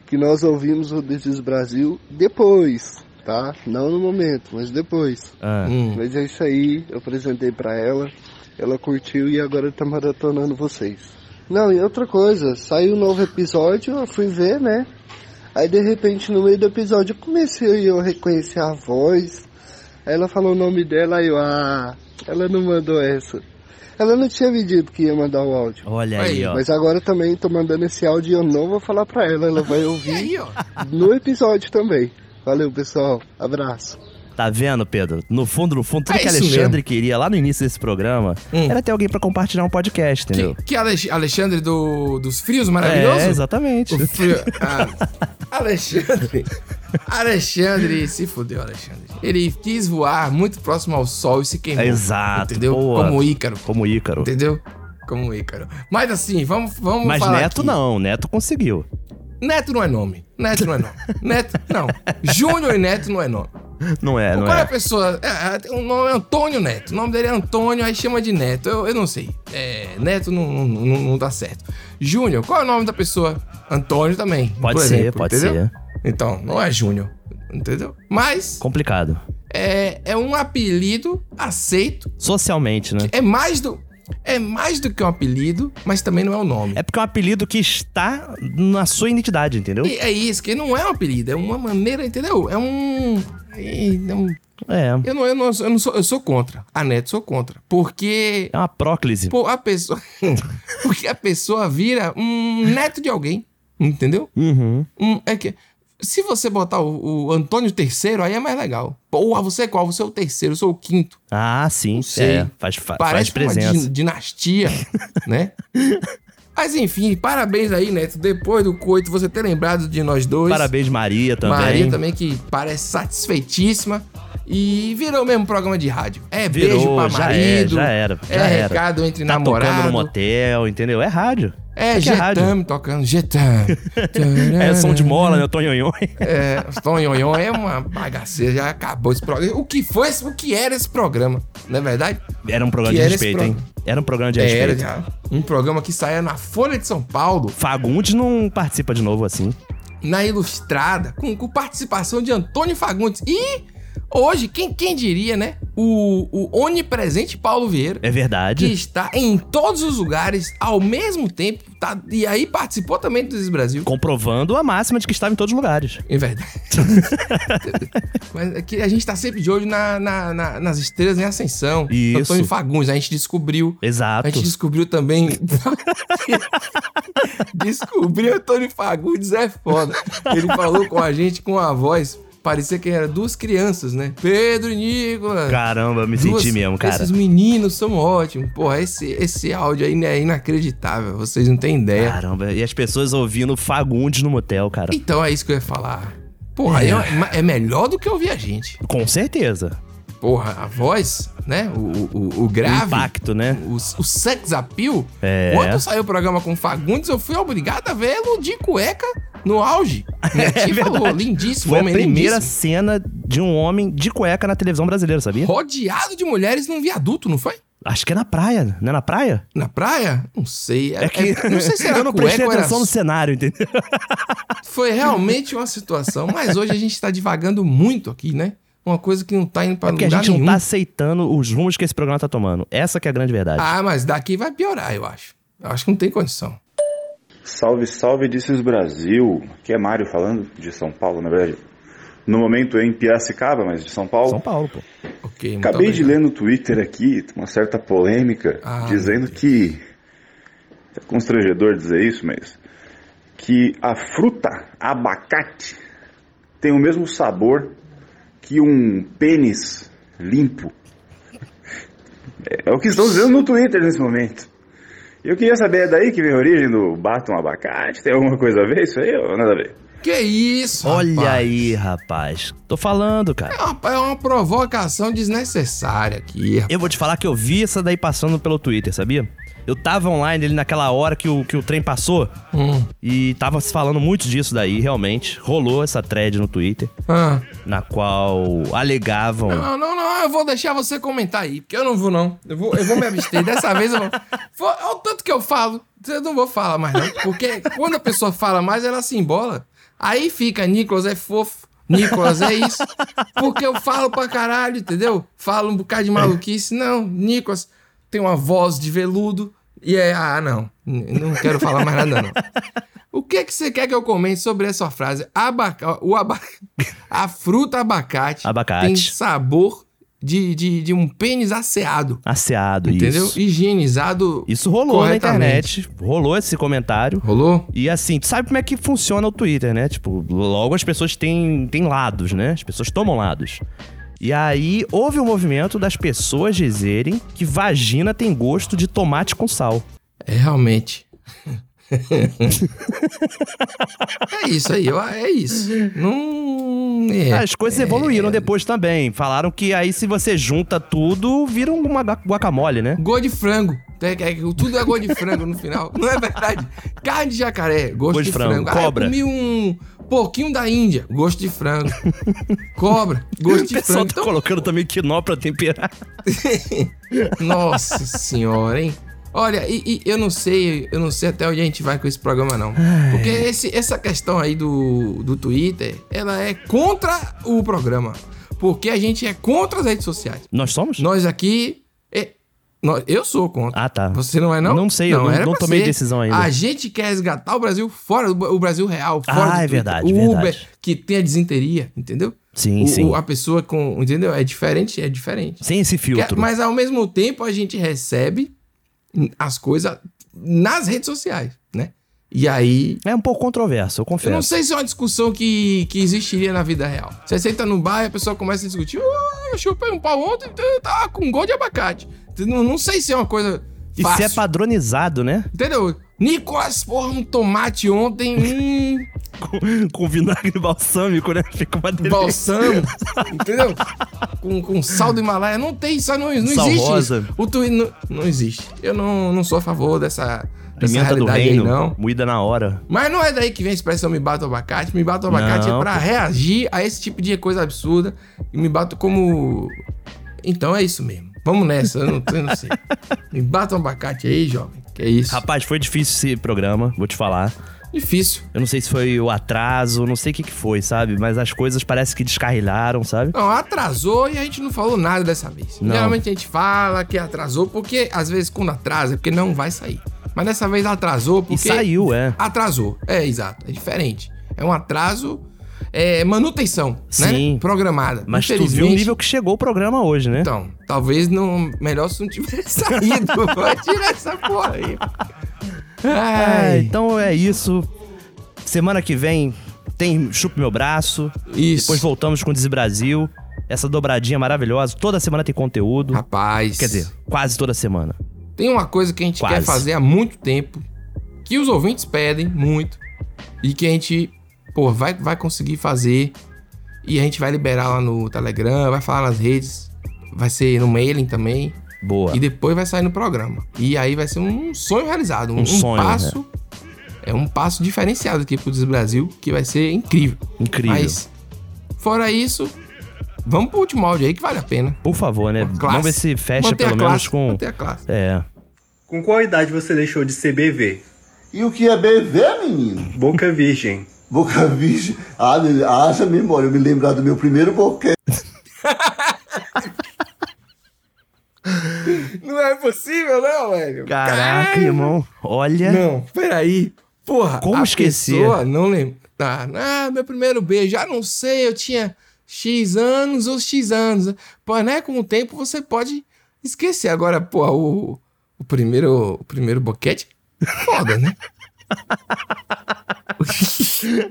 [SPEAKER 16] que nós ouvimos o Desis Brasil depois. tá? Não no momento, mas depois.
[SPEAKER 2] Ah.
[SPEAKER 3] Hum.
[SPEAKER 16] Mas é isso aí, eu apresentei pra ela, ela curtiu e agora tá maratonando vocês. Não, e outra coisa, saiu um novo episódio, eu fui ver, né? Aí de repente no meio do episódio eu comecei a reconhecer a voz. Aí ela falou o nome dela aí eu, ah, ela não mandou essa. Ela não tinha me dito que ia mandar o áudio.
[SPEAKER 2] Olha aí, ó.
[SPEAKER 16] Mas agora também tô mandando esse áudio e eu não vou falar pra ela. Ela vai ouvir no episódio também. Valeu, pessoal. Abraço.
[SPEAKER 2] Tá vendo, Pedro? No fundo, no fundo, tudo
[SPEAKER 16] É
[SPEAKER 2] que
[SPEAKER 16] isso
[SPEAKER 2] Alexandre
[SPEAKER 16] mesmo.
[SPEAKER 2] queria lá no início desse programa era ter alguém pra compartilhar um podcast, entendeu?
[SPEAKER 3] Hum. Que Alex- Alexandre do, dos Frios maravilhoso?
[SPEAKER 2] É, exatamente.
[SPEAKER 3] O frio- ah, [laughs] Alexandre. Alexandre se fudeu, Alexandre. Ele quis voar muito próximo ao sol e se queimou.
[SPEAKER 2] Exato.
[SPEAKER 3] Entendeu?
[SPEAKER 2] boa.
[SPEAKER 3] Como Ícaro.
[SPEAKER 2] Como Ícaro.
[SPEAKER 3] Entendeu? Como Ícaro. Mas assim, vamos, vamos
[SPEAKER 2] Mas
[SPEAKER 3] falar
[SPEAKER 2] Neto
[SPEAKER 3] aqui.
[SPEAKER 2] não, Neto conseguiu.
[SPEAKER 3] Neto não é nome. Neto não
[SPEAKER 2] [laughs]
[SPEAKER 3] é nome. Neto, não. Júnior e Neto não é nome.
[SPEAKER 2] Não é, não
[SPEAKER 3] Qual é a
[SPEAKER 2] é.
[SPEAKER 3] pessoa? É, é, o nome é Antônio Neto. O nome dele é Antônio, aí chama de Neto. Eu, eu não sei. É, Neto não, não, não, não dá certo. Júnior, qual é o nome da pessoa? Antônio também.
[SPEAKER 2] Pode
[SPEAKER 3] por
[SPEAKER 2] ser,
[SPEAKER 3] exemplo,
[SPEAKER 2] pode
[SPEAKER 3] entendeu?
[SPEAKER 2] ser.
[SPEAKER 3] Então, não é Júnior. Entendeu? Mas
[SPEAKER 2] Complicado.
[SPEAKER 3] é, é um apelido aceito.
[SPEAKER 2] Socialmente, né?
[SPEAKER 3] É mais do. É mais do que um apelido, mas também não é um nome.
[SPEAKER 2] É porque é um apelido que está na sua identidade, entendeu?
[SPEAKER 3] E é isso, que não é um apelido, é uma maneira, entendeu? É um. É um
[SPEAKER 2] É.
[SPEAKER 3] eu não, eu não, eu não sou, eu sou contra. A Neto sou contra. Porque.
[SPEAKER 2] É uma próclise.
[SPEAKER 3] Pô, a pessoa. [laughs] porque a pessoa vira um neto de alguém. Entendeu?
[SPEAKER 2] Uhum.
[SPEAKER 3] Um, é que. Se você botar o, o Antônio terceiro, aí é mais legal. Porra, você é qual? Você é o terceiro, eu sou o quinto.
[SPEAKER 2] Ah, sim.
[SPEAKER 3] sei.
[SPEAKER 2] É, faz, fa- faz
[SPEAKER 3] Parece uma
[SPEAKER 2] presença.
[SPEAKER 3] din-
[SPEAKER 2] [laughs]
[SPEAKER 3] dinastia, né? Mas enfim, parabéns aí, Neto. Depois do coito, você ter lembrado de nós dois.
[SPEAKER 2] Parabéns, Maria também.
[SPEAKER 3] Maria também, que parece satisfeitíssima. E virou mesmo programa de rádio. É
[SPEAKER 2] Virou,
[SPEAKER 3] beijo pra
[SPEAKER 2] já
[SPEAKER 3] marido.
[SPEAKER 2] é, já era.
[SPEAKER 3] É
[SPEAKER 2] já era.
[SPEAKER 3] recado entre
[SPEAKER 2] tá
[SPEAKER 3] namorado.
[SPEAKER 2] tocando no motel, entendeu? É rádio.
[SPEAKER 3] É,
[SPEAKER 2] Isso aqui rádio.
[SPEAKER 3] Getame tocando, Getame.
[SPEAKER 2] [laughs] É som de mola, né? O Tonhonhon.
[SPEAKER 3] É, Tom Yonhon é uma bagaceira, já acabou esse programa. O que foi, esse- o que era esse programa, não é verdade?
[SPEAKER 2] [laughs] Era um programa
[SPEAKER 3] Que
[SPEAKER 2] de
[SPEAKER 3] era esse
[SPEAKER 2] respeito,
[SPEAKER 3] pro- É,
[SPEAKER 2] hein? Era um programa de
[SPEAKER 3] Era,
[SPEAKER 2] respeito.
[SPEAKER 3] cara. Um programa que saía na Folha de São Paulo,
[SPEAKER 2] Fagundes não participa de novo assim.
[SPEAKER 3] na Ilustrada, com, com participação de Antônio Fagundes. E hoje, quem, quem diria, né? O, o onipresente Paulo Vieira.
[SPEAKER 2] É
[SPEAKER 3] Que
[SPEAKER 2] verdade.
[SPEAKER 3] está em todos os lugares ao mesmo tempo. tá? e aí participou também do Desis Brasil.
[SPEAKER 2] Comprovando a máxima de que estava em todos os lugares. [laughs]
[SPEAKER 3] É verdade. Mas é que a gente tá sempre de olho na- na- na- nas estrelas em ascensão.
[SPEAKER 2] Isso.
[SPEAKER 3] Antônio Fagundes, a gente descobriu.
[SPEAKER 2] Exato.
[SPEAKER 3] A gente descobriu também. [laughs] descobriu Antônio Fagundes é foda. Ele falou com a gente com a voz. Parecia que era duas crianças, né? Pedro e Nicolas.
[SPEAKER 2] Caramba, eu me
[SPEAKER 3] Duas-
[SPEAKER 2] senti mesmo, cara.
[SPEAKER 3] Esses meninos são ótimos. Porra, esse, esse áudio aí é inacreditável. Vocês não têm ideia.
[SPEAKER 2] Caramba, e as pessoas ouvindo Fagundes no motel, cara.
[SPEAKER 3] Então é isso que eu ia falar. Porra, é, é melhor do que ouvir a gente.
[SPEAKER 2] Com certeza.
[SPEAKER 3] Porra, a voz, né? O, o, o grave.
[SPEAKER 2] O impacto, né?
[SPEAKER 3] O, o sex appeal.
[SPEAKER 2] É.
[SPEAKER 3] Quando saiu o programa com o Fagundes, eu fui obrigado a ver ela de cueca
[SPEAKER 2] [laughs]
[SPEAKER 3] no auge. Minha tia falou, lindíssimo,
[SPEAKER 2] É Foi a
[SPEAKER 3] homem
[SPEAKER 2] primeira
[SPEAKER 3] lindíssimo.
[SPEAKER 2] cena de um homem de cueca na televisão brasileira, sabia?
[SPEAKER 3] Rodeado de mulheres num viaduto, não foi?
[SPEAKER 2] Acho que é na praia, não é na praia?
[SPEAKER 3] Na praia? Não sei. É, é- não
[SPEAKER 2] [laughs]
[SPEAKER 3] sei se era
[SPEAKER 2] eu não
[SPEAKER 3] cueca
[SPEAKER 2] prestei
[SPEAKER 3] ou era
[SPEAKER 2] atenção no cenário, entendeu?
[SPEAKER 3] Foi realmente uma situação, mas hoje a gente tá divagando muito aqui, né? Uma coisa que não tá indo pra
[SPEAKER 2] É porque a
[SPEAKER 3] lugar
[SPEAKER 2] gente não
[SPEAKER 3] nenhum.
[SPEAKER 2] tá aceitando os rumos que esse programa tá tomando. Essa que é a grande verdade.
[SPEAKER 3] Ah, mas daqui vai piorar, eu acho. Eu acho que não tem condição.
[SPEAKER 15] Salve, salve, Disses Brasil. Aqui é Mário falando de São Paulo, na verdade. No momento em Piracicaba, mas de São Paulo. São
[SPEAKER 2] Paulo, pô.
[SPEAKER 3] Ok, muito
[SPEAKER 15] Acabei de
[SPEAKER 3] obrigado.
[SPEAKER 15] ler no Twitter aqui uma certa polêmica
[SPEAKER 3] Ah,
[SPEAKER 15] dizendo que. É constrangedor dizer isso, mas. Que a fruta abacate tem o mesmo sabor que um pênis limpo. É, é o que estão dizendo no Twitter nesse momento. Eu queria saber, é daí que vem a origem do Baton Abacate? Tem alguma coisa a ver isso aí ou nada a ver?
[SPEAKER 3] Que isso,
[SPEAKER 2] Olha
[SPEAKER 3] rapaz.
[SPEAKER 2] aí, rapaz. Tô falando, cara.
[SPEAKER 3] É uma, é uma provocação desnecessária aqui.
[SPEAKER 2] Eu vou te falar que eu vi essa daí passando pelo Twitter, sabia? Eu tava online ali naquela hora que o, que o trem passou
[SPEAKER 3] Hum.
[SPEAKER 2] e tava se falando muito disso daí, realmente. Rolou essa thread no Twitter,
[SPEAKER 3] Ah.
[SPEAKER 2] na qual alegavam.
[SPEAKER 3] Não, não, não, eu vou deixar você comentar aí, porque eu não vou, não. Eu vou, eu vou me abster. Dessa vez eu vou. vou- Olha o tanto que eu falo. Eu não vou falar mais, não. Porque quando a pessoa fala mais, ela se embola. Aí fica, Nicolas é fofo. Nicolas, é isso. Porque eu falo pra caralho, entendeu? Falo um bocado de maluquice. Não, Nicolas tem uma voz de veludo. E é, ah, não. n- Não quero falar mais nada, não. O que que você quer que eu comente sobre essa frase? Abaca... [laughs] O aba... A fruta abacate,
[SPEAKER 2] Abacate.
[SPEAKER 3] tem sabor de, de, de um pênis asseado.
[SPEAKER 2] Asseado,
[SPEAKER 3] Entendeu?
[SPEAKER 2] isso.
[SPEAKER 3] Higienizado
[SPEAKER 2] Isso rolou na
[SPEAKER 3] corretamente.
[SPEAKER 2] internet. Rolou esse comentário.
[SPEAKER 3] Rolou?
[SPEAKER 2] E assim, tu sabe como é que funciona o Twitter, né? Tipo, logo as pessoas têm, têm lados, né? As pessoas tomam lados. E aí houve um movimento das pessoas dizerem que vagina tem gosto de tomate com sal.
[SPEAKER 3] É realmente. [laughs] É isso aí, ó, é isso. Não. é,
[SPEAKER 2] As coisas
[SPEAKER 3] é,
[SPEAKER 2] evoluíram depois também. Falaram que aí se você junta tudo, vira uma gua- guacamole, né?
[SPEAKER 3] Gol de frango. Tem- é- Tudo é gol de frango no final. Não é verdade? Carne de jacaré, gosto
[SPEAKER 2] Gosto
[SPEAKER 3] de
[SPEAKER 2] de
[SPEAKER 3] frango.
[SPEAKER 2] frango,
[SPEAKER 3] Ah, eu
[SPEAKER 2] cobra.
[SPEAKER 3] comi um pouquinho da Índia, gosto de frango. cobra, gosto de
[SPEAKER 2] [laughs] o pessoal
[SPEAKER 3] frango.
[SPEAKER 2] tá colocando também quinó pra temperar.
[SPEAKER 3] Então, Nossa senhora, hein? Olha, e, e eu não sei, eu não sei até onde a gente vai com esse programa, não. Porque esse- essa questão aí do, do Twitter, ela é contra o programa. Porque a gente é contra as redes sociais.
[SPEAKER 2] Nós somos?
[SPEAKER 3] Nós aqui. é- nó- eu sou contra.
[SPEAKER 2] Ah, tá.
[SPEAKER 3] Você não é, não?
[SPEAKER 2] Não sei, eu não-
[SPEAKER 3] era
[SPEAKER 2] não
[SPEAKER 3] pra
[SPEAKER 2] tomei decisão ainda.
[SPEAKER 3] A gente quer resgatar o Brasil fora, do- o Brasil real, fora
[SPEAKER 2] Ah,
[SPEAKER 3] do
[SPEAKER 2] é
[SPEAKER 3] Twitter.
[SPEAKER 2] verdade,
[SPEAKER 3] O Uber,
[SPEAKER 2] verdade.
[SPEAKER 3] que tem a desenteria, entendeu?
[SPEAKER 2] Sim,
[SPEAKER 3] O-
[SPEAKER 2] sim.
[SPEAKER 3] o- a pessoa com. Entendeu? É diferente, é diferente.
[SPEAKER 2] Sem esse filtro.
[SPEAKER 3] Que- Mas ao mesmo tempo a gente recebe as coisas nas redes sociais, né? E aí.
[SPEAKER 2] É um pouco controverso, eu confesso.
[SPEAKER 3] Eu não sei se é uma discussão que, que existiria na vida real. Você senta no bar e a pessoa começa a discutir. "Ah, eu chupei um pau ontem e tava com um gol de abacate. Não, não sei se é uma coisa.
[SPEAKER 2] E se
[SPEAKER 3] fácil.
[SPEAKER 2] é padronizado, né?
[SPEAKER 3] Entendeu? Nicolas, porra, um tomate ontem.
[SPEAKER 2] [laughs]
[SPEAKER 3] Hum,
[SPEAKER 2] com, com vinagre balsâmico, né? Fica uma delícia. [laughs]
[SPEAKER 3] balsamo, entendeu? Com, com sal do Himalaia. Não tem, isso não, não
[SPEAKER 2] Sal
[SPEAKER 3] existe.
[SPEAKER 2] rosa.
[SPEAKER 3] isso. O Twitter não, não existe. Eu não, não sou a favor dessa, dessa
[SPEAKER 2] Pimenta do
[SPEAKER 3] realidade aí,
[SPEAKER 2] reino,
[SPEAKER 3] não.
[SPEAKER 2] moída na hora.
[SPEAKER 3] Mas não é daí que vem a expressão me bata o abacate. Me bata o abacate
[SPEAKER 2] Não,
[SPEAKER 3] é pra
[SPEAKER 2] pô.
[SPEAKER 3] reagir a esse tipo de coisa absurda. E me bato como. Então é isso mesmo. Vamos nessa, eu não, eu
[SPEAKER 2] [laughs]
[SPEAKER 3] não sei. Me bata o abacate aí, jovem. Que é isso.
[SPEAKER 2] Rapaz, foi difícil esse programa, vou te falar.
[SPEAKER 3] Difícil.
[SPEAKER 2] Eu não sei se foi o atraso, não sei o que, que foi, sabe? Mas as coisas parece que descarrilharam, sabe?
[SPEAKER 3] Não, atrasou e a gente não falou nada dessa vez.
[SPEAKER 2] Não.
[SPEAKER 3] Geralmente a gente fala que atrasou, porque às vezes quando atrasa é porque não vai sair. Mas dessa vez atrasou porque.
[SPEAKER 2] saiu, é.
[SPEAKER 3] Atrasou. É, exato. É diferente. É um atraso. É manutenção, né?
[SPEAKER 2] Sim.
[SPEAKER 3] Programada.
[SPEAKER 2] Mas tu viu o
[SPEAKER 3] Infelizmente,
[SPEAKER 2] nível que chegou o programa hoje, né?
[SPEAKER 3] Então, talvez não. Melhor se não tivesse [laughs] saído. Vai tirar essa porra aí.
[SPEAKER 2] É, então é isso. Semana que vem tem Chupa Meu Braço.
[SPEAKER 3] Isso.
[SPEAKER 2] Depois voltamos com o Desi Brasil. Essa dobradinha maravilhosa. Toda semana tem conteúdo.
[SPEAKER 3] Rapaz.
[SPEAKER 2] Quer dizer, quase toda semana.
[SPEAKER 3] Tem uma coisa que a gente quer
[SPEAKER 2] Quase.
[SPEAKER 3] fazer há muito tempo, que os ouvintes pedem muito, e que a gente, pô, vai, vai conseguir fazer. E a gente vai liberar lá no Telegram, vai falar nas redes, vai ser no mailing também.
[SPEAKER 2] Boa.
[SPEAKER 3] E depois vai sair no programa. E aí vai ser um sonho realizado, um,
[SPEAKER 2] Um
[SPEAKER 3] um
[SPEAKER 2] sonho,
[SPEAKER 3] passo. É um passo diferenciado aqui pro Brasil, que vai ser incrível.
[SPEAKER 2] Incrível.
[SPEAKER 3] Mas, fora isso, vamos pro último áudio aí que vale a pena.
[SPEAKER 2] Por favor, né?
[SPEAKER 3] Classe.
[SPEAKER 2] Vamos ver se fecha
[SPEAKER 3] Manter a
[SPEAKER 2] pelo menos
[SPEAKER 3] classe,
[SPEAKER 2] com.
[SPEAKER 3] manter a classe.
[SPEAKER 2] É.
[SPEAKER 17] Com qual idade você deixou de ser BV? E o que é BV, menino? Boca virgem.
[SPEAKER 18] Boca virgem. Ah, me- haja memória, eu me lembrar do meu primeiro boquete.
[SPEAKER 3] Não é possível, não, velho.
[SPEAKER 2] Caraca, irmão. Olha.
[SPEAKER 3] Não, peraí. Porra,
[SPEAKER 2] Como
[SPEAKER 3] a
[SPEAKER 2] esquecer?
[SPEAKER 3] pessoa não lembra. Tá, ah, meu primeiro beijo, ah, não sei, eu tinha X anos ou X anos. Pô, né, com o tempo você pode esquecer. Agora, porra, o, o primeiro, o primeiro boquete, foda, né?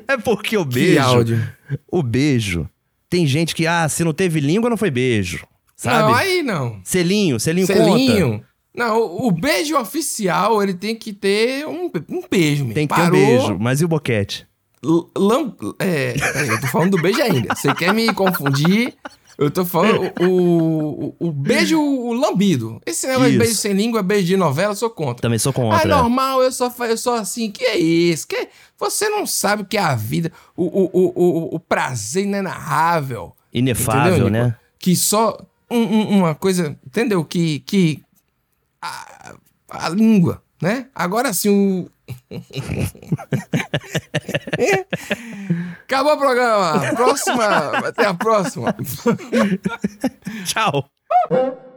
[SPEAKER 2] É porque o [laughs]
[SPEAKER 3] Que
[SPEAKER 2] beijo.
[SPEAKER 3] áudio.
[SPEAKER 2] O beijo. Tem gente que, ah, se não teve língua, não foi beijo. Sabe?
[SPEAKER 3] Não, aí não.
[SPEAKER 2] Selinho, selinho,
[SPEAKER 3] Selinho.
[SPEAKER 2] conta.
[SPEAKER 3] Não, o, o beijo oficial, ele tem que ter um, um beijo mesmo.
[SPEAKER 2] Tem que ter um
[SPEAKER 3] Parou,
[SPEAKER 2] beijo. Mas e o boquete?
[SPEAKER 3] L- Lam... É, peraí, eu tô falando do beijo ainda. Você quer me confundir? Eu tô falando o, o, o beijo o lambido. Esse negócio de
[SPEAKER 2] Isso. Tá
[SPEAKER 3] beijo sem língua, beijo de novela, eu sou contra.
[SPEAKER 2] Também sou
[SPEAKER 3] Ah, é
[SPEAKER 2] contra.
[SPEAKER 3] normal, eu só, fa- eu só assim, que é isso? Que... Você não sabe o que é a vida, o, o, o, o, o prazer inenarrável.
[SPEAKER 2] Inefável,
[SPEAKER 3] Entendeu, Nico?
[SPEAKER 2] né?
[SPEAKER 3] Que só um- um- uma coisa, entendeu? Que, que a, a língua, [laughs] né? Agora sim, o... Acabou o programa. Próxima. Até a próxima.
[SPEAKER 2] Tchau.